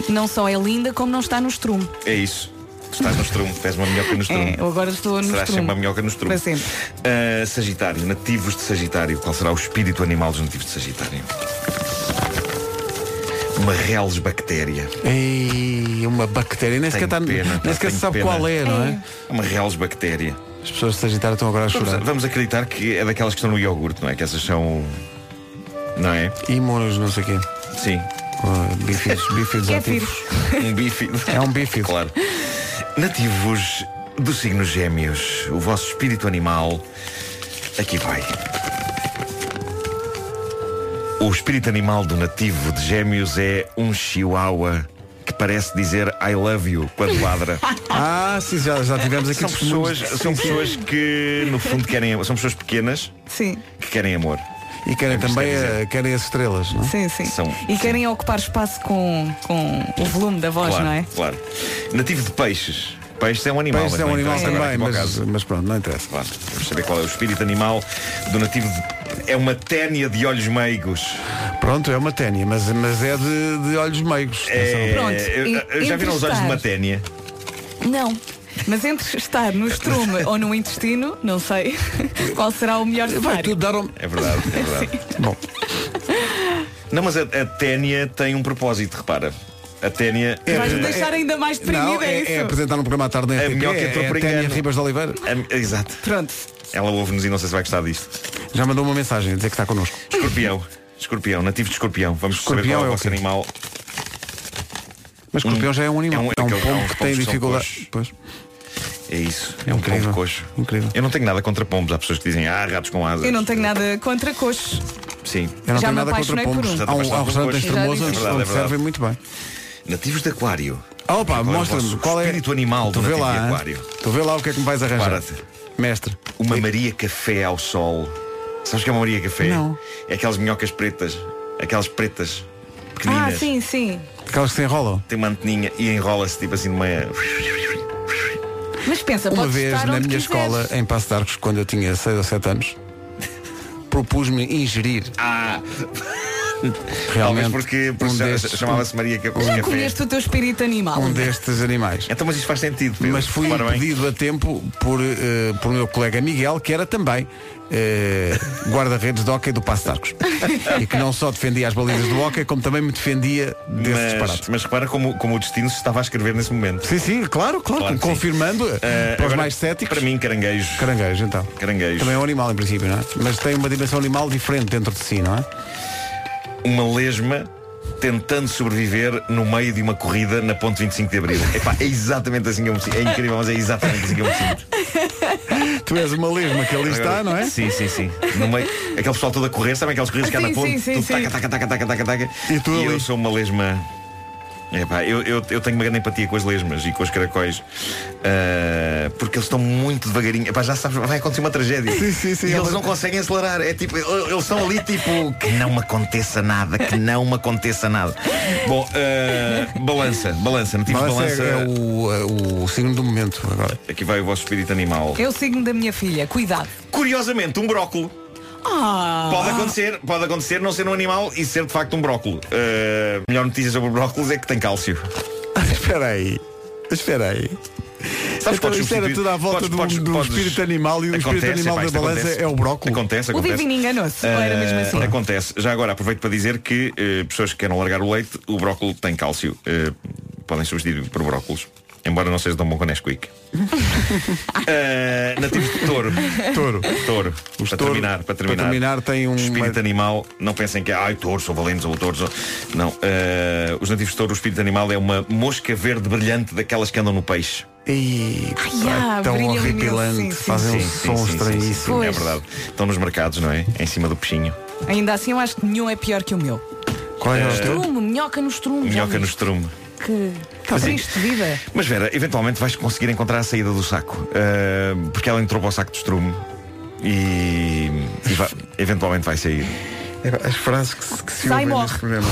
Não só é linda, como não está no estrume.
É isso. Tu estás no estrume, tu és uma minhoca no estrume.
É, eu agora estou no
Serás
estrume.
sempre uma minhoca no estrume.
Para sempre.
Ah, sagitário, nativos de Sagitário. Qual será o espírito animal dos nativos de Sagitário? Uma reles bactéria.
Ei, uma bactéria. Nem sequer, tá, nem sequer se sabe qual é, não é?
Uma reles bactéria.
As pessoas de Sagitário estão agora a
Vamos,
chorar.
vamos acreditar que é daquelas que estão no iogurte, não é? Que essas são. Não é?
Imunos, não sei o quê.
Sim.
bífidos, bífidos
é
ativos.
Um bífido.
É um bífido.
Claro. Nativos do signo Gêmeos, o vosso espírito animal. Aqui vai. O espírito animal do nativo de Gêmeos é um chihuahua que parece dizer I love you quando ladra.
Ah, sim, já, já tivemos aqui
É, são
testemunhos.
pessoas, são
Sim, sim.
pessoas que no fundo querem amor. São pessoas pequenas
Sim.
que querem amor.
E querem também eh, querem as estrelas, não é?
Sim, sim.
São-
E querem ocupar espaço com, com o volume da voz,
claro,
não é?
claro. Nativo de peixes. Peixes é um animal.
Peixes é um
mas não
animal
interessa agora
também,
aqui para o
mas,
caso.
mas pronto, não interessa.
Claro, vamos saber qual é o espírito animal do nativo de... É uma ténia de olhos meigos.
Pronto, é uma ténia, mas, mas é de, de olhos meigos.
É,
Atenção.
eu- eu já viram os olhos de uma ténia?
Não. Mas entre estar no estrume ou no intestino, não sei qual será o melhor cenário. Vai
tudo dar um-
É verdade, é verdade.
Bom.
Não, mas a, a ténia tem um propósito, repara. A Ténia. eh,
É, Vais-me deixar ainda mais deprimida,
Não,
é,
é,
isso?
é apresentar um programa à tarde na
A
RTP,
melhor que entrou
é,
por
é Tânia
engano.
Ribas de Oliveira.
A- Exato.
Pronto.
Ela ouve-nos e não sei se vai gostar disto.
Já mandou uma mensagem a dizer que está connosco.
Escorpião. Escorpião, nativo de escorpião. Vamos
Escorpião
saber qual
é
é
o
o vosso
quê?
animal.
Mas escorpião já é um animal.
É um-
É um,
é um- é um
pombo que
pombo
tem
que são
dificuldade. Pois.
É isso. É um
Incrível.
pombo coxo.
Incrível.
Eu não tenho nada contra pombos. Há pessoas que dizem, ah, ratos com asas.
Eu não tenho nada contra coxos.
Sim.
Eu não Já tenho me nada contra apaixonei pombos. por um.
Já te
Há um-
apaixonaste
há um
por
restaurante em Estremoz
coxos? É
onde-
verdade,
onde
é verdade.
servem muito bem.
Nativos de aquário.
Ah, Opa,
Qual é o
mostra-me
vosso
qual é.
espírito animal
tu
do
vê
nativo
lá,
de
hein?
aquário.
Tu vê lá o que é que me vais arranjar.
Prepara-te.
Mestre.
Uma Maria Café ao sol. Sabes o que é uma Maria Café?
Não.
É aquelas minhocas pretas. Aquelas pretas.
Ah,
Pequeninas.
sim, sim.
Aquelas que se enrolam.
Tem uma anteninha e enrola-se tipo assim numa.
Mas pensa,
Uma
podes
vez
estar
na
onde
minha
quiseres.
escola, é em Passo de Arcos, quando eu tinha 6 ou 7 anos, propus-me ingerir.
Ah!
Realmente.
Talvez porque, porque
um
já-
destes-
chamava-se Maria Ca-
Já
Café.
comeste o teu espírito animal.
um destes animais.
Então, mas isso faz sentido.
Mas fui
Repara bem.
impedido a tempo por, eh, por meu colega Miguel, que era também eh, guarda-redes de hóquei do Passo de Arcos. e que não só defendia as balizas do hóquei, como também me defendia desse disparate.
Mas, mas repara como, como o destino se estava a escrever nesse momento.
Sim, sim, claro, claro.
Claro que
confirmando
Eh,
para os
agora,
mais céticos.
Para mim, caranguejo.
Caranguejo, então.
Caranguejo.
Também é um animal em princípio, não é? Mas tem uma dimensão animal diferente dentro de si, não é?
Uma lesma tentando sobreviver no meio de uma corrida na ponte 25 de Abril. Epá, é exatamente assim que eu me sinto. É incrível, mas é exatamente assim que eu me sinto.
Tu és uma lesma que ali está, não é?
Sim, sim, sim. No meio, aquele pessoal todo a correr, sabem aquelas corridas que há na
Ah, Sim,
ponte?
sim, sim,
Tudo
sim.
taca, taca, taca, taca, taca, taca.
E tu ali?
eu sou uma lesma. Epá, eu, eu, eu tenho uma grande empatia com as lesmas e com os caracóis ah, Porque eles estão muito devagarinho Epá, Já sabes, vai acontecer uma tragédia
Sim, sim, sim.
E eles
Elas-
não conseguem acelerar é tipo, Eles são ali tipo Que não me aconteça nada Que não me aconteça nada Bom, ah, balança Balança, não tive
Mas
balança,
é, é o, é o signo do momento agora.
Aqui vai o vosso espírito animal
É o signo da minha filha, cuidado.
Curiosamente, um brócolo
Ah!
Pode acontecer, pode acontecer não ser um animal e ser de facto um brócolo. Uh, a melhor notícia sobre brócolos é que tem cálcio.
Espera aí. Espera aí. então,
Sabes, podes
isto era
substituir-
tudo à volta
podes-
do,
podes-
do
podes-
espírito animal e o espírito
Acontece,
animal
epá,
da
isto
balança
acontece.
é o bróculo.
O
Acontece, acontece.
divino enganou-se, ou era mesmo assim?
Eh, Acontece. Já agora aproveito para dizer que eh, pessoas que querem largar o leite, o brócolo tem cálcio. Eh, podem substituir por brócolos. Embora não seja tão bom com Nesquik. Eh, nativos de touro.
Touro.
Touro. Para
touro-
terminar, para terminar.
para terminar, tem um-
Espírito animal, não pensem que é, ai, touro, sou valentes ou touro. sou-" Não. Eh, os nativos de touro, o espírito animal é uma mosca verde brilhante daquelas que andam no peixe.
E
ah,
tão
brilham imenso,
horripilante,
sim, sim,
fazem um
sim. Sim,
som
sim, sim,
estranhíssimo.
sim, sim, É
Pois.
verdade. Estão nos mercados, não é? Em cima do peixinho.
Ainda assim eu acho que nenhum é pior que o meu.
Qual
Eh,
é o teu?
Estrume, minhoca no estrume.
Minhoca
já
no
viste?
estrume.
Que, que
Mas é-
triste vida.
Mas Vera, eventualmente vais conseguir encontrar a saída do saco. ah, porque ela entrou para o saco de estrume e, e vai- eventualmente vai sair.
As frases que se, que se
Sai,
ouvem
morre.
neste programa.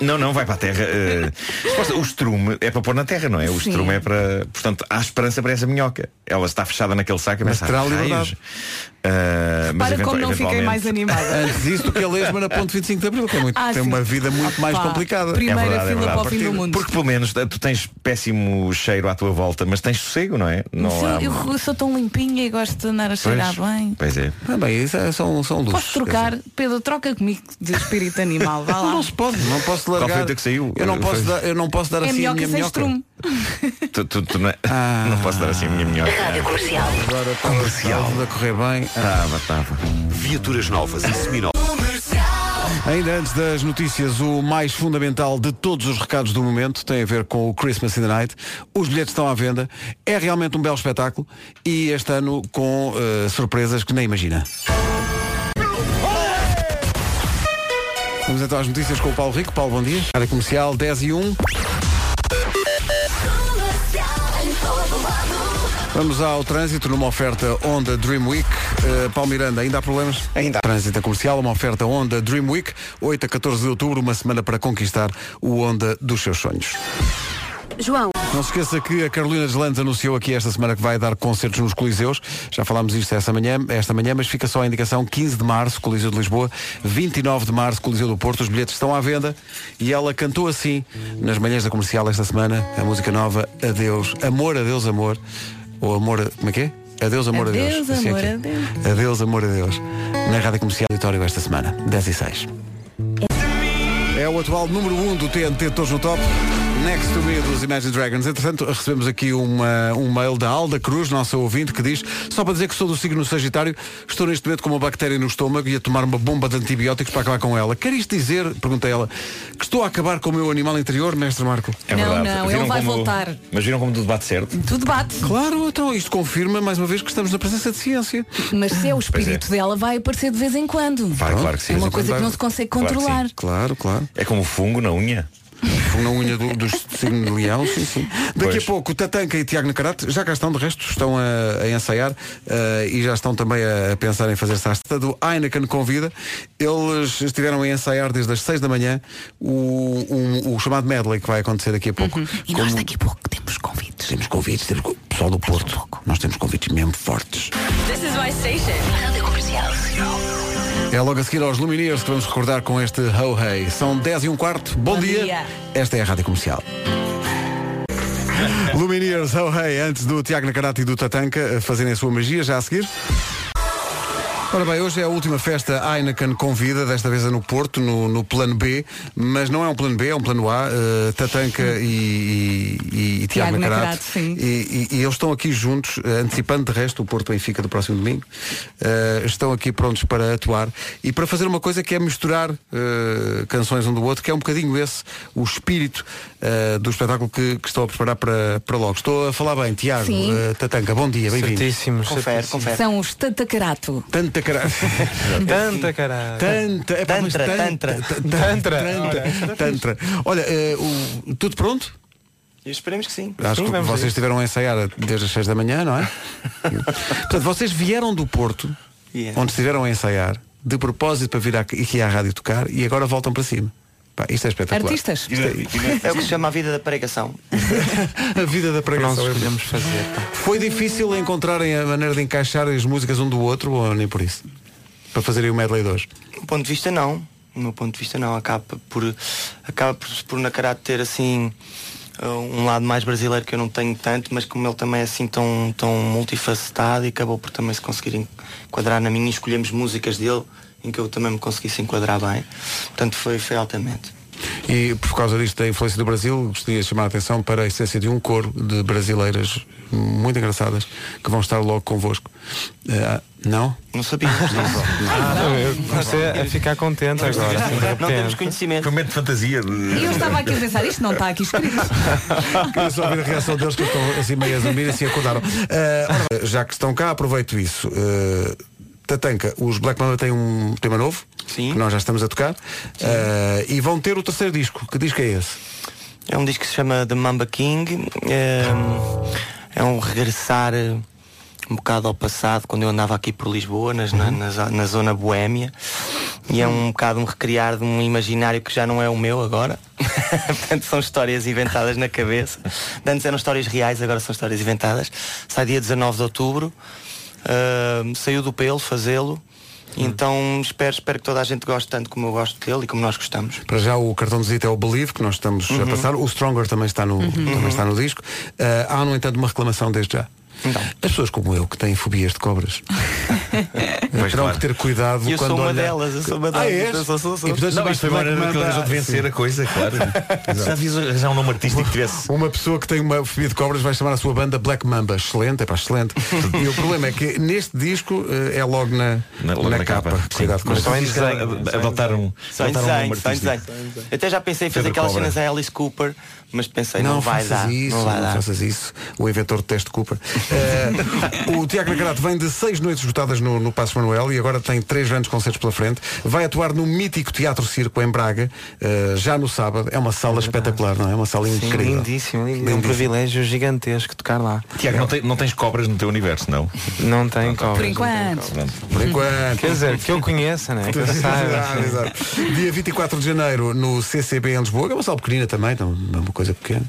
Não, não, vai para a terra. ah, suposta- o estrume é para pôr na terra, não é? O
Sim.
estrume é para. Portanto, há esperança para essa minhoca. Ela está fechada naquele saco e
Mas
pensar,
terá
"Raios."
liberdade.
Ah, mas
Para como
eventu-
não fiquei
eventualmente-
mais animada.
Antes disso do que a lesma na ponte 25 de Abril, que é muito-
Ah,
tem
sim.
uma vida muito mais
Opa,
complicada.
Primeira
é verdade, é
fila
verdade.
para o fim do mundo.
Porque pelo menos ah, tu tens péssimo cheiro à tua volta, mas tens sossego, não é? Não
Mas eu, eu sou tão limpinha e gosto de andar a cheirar bem.
Pois é.
Ah, bem, isso é, são, são luxos.
Posso trocar? Pedro, troca comigo de espírito animal. Vá lá.
Não se pode, não posso
foi
largar.
o teu que saiu?
Eu não posso
Foi-
dar, eu não posso dar
é
assim a
minhoca
minha
sem
minhoca.
estrume.
Tu, tu- tu não, é-
Ah.
não posso dar assim a minha minhoca.
Comercial.
Agora está tudo a correr bem.
Estava, estava.
Viaturas novas e seminovas.
Ainda antes das notícias, o mais fundamental de todos os recados do momento tem a ver com o Christmas in the Night. Os bilhetes estão à venda, é realmente um belo espetáculo e este ano com eh, surpresas que nem imagina. Vamos então às notícias com o Paulo Rico. Paulo, bom dia. Área comercial 10 e 1. Vamos ao trânsito numa oferta Honda Dream Week. Uh, Paulo Miranda, ainda há problemas? Ainda. Trânsito comercial, uma oferta Honda Dream Week. 8 a 14 de outubro, uma semana para conquistar o Honda dos seus sonhos.
João.
Não se esqueça que a Carolina Deslandes anunciou aqui esta semana que vai dar concertos nos Coliseus. Já falámos isto essa manhã, esta manhã, mas fica só a indicação 15 de março, Coliseu de Lisboa, 29 de março, Coliseu do Porto. Os bilhetes estão à venda e ela cantou assim nas manhãs da comercial esta semana, a música nova Adeus, Amor, Adeus, Amor. Ou Amor, a- como é que é? Adeus, Amor, Adeus.
Adeus,
Assim é
amor,
que é.
adeus.
Adeus, amor, adeus. Na Rádio Comercial Auditório esta semana, 10 e 6. É o atual número 1 um do TNT Todos no Top. Next to Me dos Imagine Dragons. Entretanto, recebemos aqui uma, um mail da Alda Cruz, nossa ouvinte, que diz, só para dizer que sou do signo Sagitário, estou neste momento com uma bactéria no estômago e a tomar uma bomba de antibióticos para acabar com ela. Quer isto dizer, pergunta ela, que estou a acabar com o meu animal interior, mestre Marco?
É Não, verdade. não, ele Viram vai como- voltar.
Mas viram como tudo bate certo?
Tudo bate.
Claro, então isto confirma mais uma vez que estamos na presença de ciência.
Mas se é o
Pois é.
espírito dela, vai aparecer de vez em quando.
Vai, claro que sim.
É
De vez
uma
em
coisa
quando
que não
vai.
se consegue
Claro que sim.
controlar.
Claro, claro.
É como fungo na unha?
Fungo na unha do, do signo de leão, sim, sim. Daqui a pouco, Tatanka e Tiago Nacarate já cá estão, de resto, estão a, a ensaiar eh, e já estão também a, a pensar em fazer sasta do Heineken Convida. Eles estiveram a ensaiar desde as 6 da manhã o, um- o chamado medley que vai acontecer daqui a pouco. Uhum. E nós daqui a pouco temos convites. Temos convites, temos co- pessoal do Porto. Nós temos convites mesmo fortes.
This is my station. Rádio comercial.
É logo a seguir aos Lumineers que vamos recordar com este Ho Hey. São 10 e um quarto. Bom, dia. Esta é a Rádio Comercial. Lumineers, Ho Hey, antes do Tiago Nacarate e do Tatanka a fazerem a sua magia, já a seguir. Ora bem, hoje é a última festa Heineken Convida, desta vez é no Porto, no, no plano B, mas não é um plano B, é um plano A, eh, Tatanka e, e- e- e Tiago
Tiago
Nacarate.
Nacarate, sim.
E, e- e eles estão aqui juntos, eh, antecipando de resto o Porto Benfica do próximo domingo. Eh, estão aqui prontos para atuar e para fazer uma coisa que é misturar eh, canções um do outro, que é um bocadinho esse o espírito eh, do espetáculo que, que estou a preparar para, para logo. Estou a falar bem, Tiago,
Sim.
eh, Tatanka, bom dia, bem-vindo.
Certíssimo, Confere, certíssimo.
É.
confere.
São os Tantacarato.
Tanta cara.
Tanta caralho.
Tanta, é pá, mas
Tantra,
tan-
tantra.
tan-
Tantra.
Tantra.
Ora.
Tantra. Olha, eh, o- tudo pronto?
Esperemos que sim.
Acho
Sim,
que
vamos
vocês
a isso.
estiveram a ensaiar desde as 6 da manhã, não é? Portanto, vocês vieram do Porto,
Yeah.
onde estiveram a ensaiar, de propósito para vir aqui aqui à rádio tocar e agora voltam para cima. Pá, isto é espetacular. Isto é-
É o que se chama a vida da pregação.
a vida da pregação. é
Nós escolhemos fazer.
Foi difícil encontrarem a maneira de encaixar as músicas um do outro ou nem por isso? Para fazerem o medley 2.
Do meu ponto de vista não. Do meu ponto de vista não. Acaba por, acaba por, por na cara ter assim uh, um lado mais brasileiro que eu não tenho tanto, mas como ele também é assim tão, tão multifacetado e acabou por também se conseguir en- enquadrar na minha e escolhemos músicas dele em que eu também me conseguisse enquadrar bem. Portanto foi, foi altamente.
E por causa disto da influência do Brasil, gostaria de chamar a atenção para a essência de um coro de brasileiras muito engraçadas que vão estar logo convosco. Eh, não?
Não sabia.
Você a ficar contente agora. assim, de
Não temos
repente.
conhecimento.
Foi um momento de fantasia.
E eu estava aqui a pensar, isto não está aqui escrito.
Queria só ouvir a reação deles que estão assim meio a dormir e se acordaram. Eh, ora bem, já que estão cá, aproveito isso. Eh, Tatanka, os Black Mamba têm um tema novo, que nós já estamos a tocar, eh, e vão ter o terceiro disco. Que disco é esse?
É um disco que se chama The Mamba King. É, é um regressar eh, um bocado ao passado, quando eu andava aqui por Lisboa, nas- na, na zo- na zona boémia. E é um bocado um recriar de um imaginário que já não é o meu agora. Portanto, são histórias inventadas na cabeça. De Antes eram histórias reais, agora são histórias inventadas. Sai dia 19 de outubro. Ahm, saiu do pelo fazê-lo. Então espero, espero que toda a gente goste tanto como eu gosto dele e como nós gostamos.
Para já o cartão de visita é o Believe, que nós estamos a
Uhum.
passar. O Stronger também está no, também está no disco. Eh, há, no entanto, uma reclamação desde já.
Então.
As pessoas como eu que têm fobias de cobras terão que ter cuidado
E eu sou
quando
uma
olhar-
delas, eu sou uma
Ah,
delas,
és?
eu sou, sou, sou.
E, portanto,
Não,
Sebastião
isto foi uma
Black
maneira que
Mamba-
eles de vencer
Sim.
a coisa, claro. Já devias arranjar um nome artístico que tivesse.
Uma pessoa que tem uma fobia de cobras vai chamar a sua banda Black Mamba. Excelente, é pá, excelente. e o problema é que neste disco eh, é logo na,
Na, logo
na
na, capa.
Cuidado com
Mas
isso.
também adotar um.
Só em
adotar um
desenho,
nome
só em desenho.
artístico.
Eu Até já pensei em fazer
Pedro
aquelas
Cobra.
cenas a Alice Cooper, mas pensei,
não,
não, vai
faças
dar.
isso,
não vai dar.
faças isso. O inventor de teste Cooper. Eh, o Tiago Nacarato vem de seis noites esgotadas no, no Passo Manuel e agora tem três grandes concertos pela frente. Vai atuar no mítico Teatro Circo em Braga, eh, já no sábado. É uma sala espetacular, não é? É uma sala
Sim,
incrível.
lindíssimo,
É um privilégio gigantesco tocar lá.
Tiago, não, tem- não tens cobras no teu universo, não?
Não tem
cobras.
Por enquanto.
Por
enquanto.
Quer dizer, que eu conheça, né? Que eu
Exato,
saiba.
exato. Dia 24 de janeiro no CCB em Lisboa, que é uma sala pequenina também, não não é uma coisa pequena.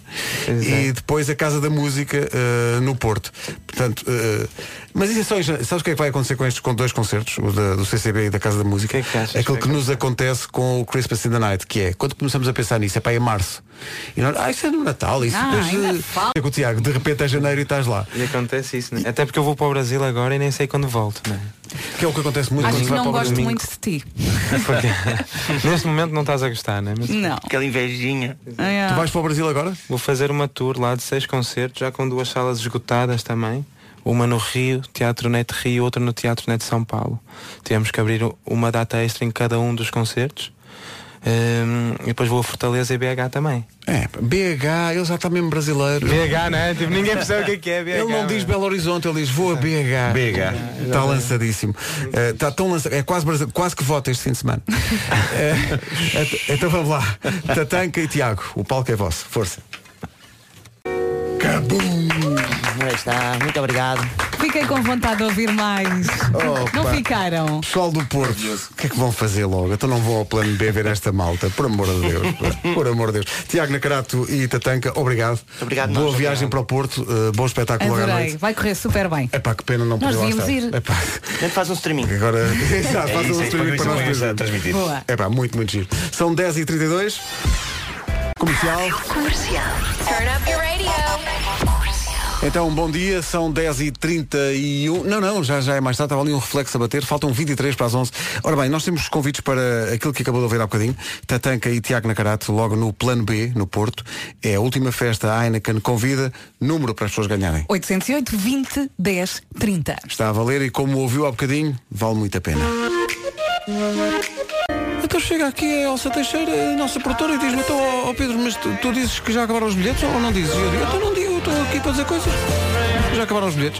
E depois a Casa da Música eh, no Porto. Portanto, eh, mas isso é só em janeiro. Sabes o que é que vai acontecer com estes com dois concertos, o da- do CCB e da Casa da Música?
é
Aquilo que nos acontece com o Christmas in the Night, que é quando começamos a pensar nisso, é para em março. E nós, ah, isso é no Natal, isso
Ah,
depois.
ainda
eh, é com o Tiago, de repente é janeiro e estás lá.
E acontece isso, né? Até porque eu vou para o Brasil agora e nem sei quando volto, né?
Que é o que acontece muito
Acho
quando
que
se vai
não
para o
gosto
domingo.
muito de ti.
Porque neste momento não estás a gostar,
é
né? Mas...
Não.
Aquela invejinha.
É. Tu vais
para o Brasil agora?
Vou fazer uma tour lá de seis concertos, já com duas salas esgotadas também. Uma no Rio, Teatro Net Rio, outra no Teatro Net São Paulo. Tivemos que abrir um- uma data extra em cada um dos concertos. Hum, e depois vou a Fortaleza e BH também.
É, BH, ele já está mesmo brasileiro.
BH, não é? Tipo, ninguém percebe o que é que é BH,
Ele não
mas-
diz Belo Horizonte, ele diz vou a BH.
BH.
Está lançadíssimo. Eh, Está tão lançado. É quase, brasi- quase que vota este fim de semana. Eh, et- então vamos lá. Tatanca e Tiago, o palco é vosso. Força. Cabum!
Aí está, muito obrigado.
Fiquei com vontade de ouvir mais. Não
Opa.
ficaram?
Pessoal do Porto, o que é que vão fazer logo? Então não vão ao plano B ver esta malta, por amor de Deus. pá. por amor de Deus. Tiago Nacarato e Tatanca, obrigado. obrigado Boa
nós,
viagem para o Porto, eh, bom espetáculo logo à
Adorei.
noite.
Vai correr super bem.
É pá, que pena não
Nós
poder lá
devíamos
estar.
ir.
Epá.
A gente faz um streaming.
Agora,
É isso,
exato, faz
é
um
isso,
streaming para
depois
nós
isso é
vermos.
transmitido. Boa.
É pá, muito, muito giro. São 10h32. Comercial.
Comercial. Turn up your radio.
Então, bom dia, são 10h31. Não, não, já, já é mais tarde, estava ali um reflexo a bater, faltam 23 para as 11. Ora bem, nós temos convites para aquilo que acabou de ouvir há bocadinho, Tatanca e Tiago Nacarato, logo no Plano B, no Porto. É a última festa, a Heineken convida, número para as pessoas ganharem.
808 20 10 30.
Está a valer e como ouviu há bocadinho, vale muito a pena. Então chega aqui a Elsa Teixeira, a nossa produtora, e diz-me, então, ó, ó Pedro, mas tu, tu dizes que já acabaram os bilhetes ou não dizes? E eu digo, então não digo, estou aqui para dizer coisas. Já acabaram os bilhetes.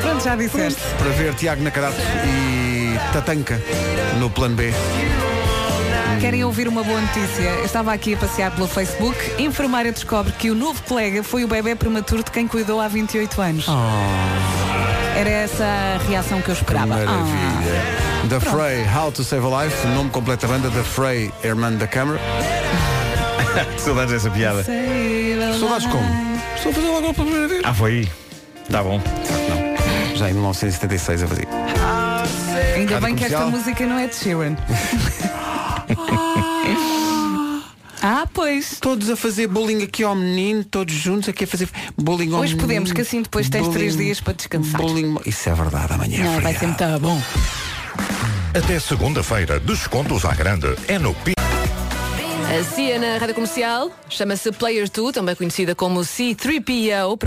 Pronto, já disseste.
Para ver Tiago Nacarato e Tatanca no plano B.
Querem ouvir uma boa notícia? Eu estava aqui a passear pelo Facebook. Enfermeira descobre que o novo colega foi o bebê prematuro de quem cuidou há 28 anos.
Oh.
Era essa a reação que eu esperava. Ah.
Maravilha. The Frey, How to Save a Life, nome completo da banda, The Frey, Herman da Câmara.
Saudades dessa piada.
Saudades como? Estou a fazer logo a primeira vez.
Ah, foi aí. Tá bom.
Não. Já em 1976 a fazer.
Ah, Ainda
Rádio
bem que esta
Comercial.
música não é de Sheeran. Ah, pois.
Todos a fazer bullying aqui ao menino, todos juntos aqui a fazer bullying ao
Hoje
menino.
podemos, que assim depois tens três dias para descansar.
bullying. Isso é verdade, amanhã.
Não, vai ser muito bom.
Até segunda-feira, descontos à grande. É no Pi.
A CIA na rádio comercial chama-se Player 2, também conhecida como C3PO.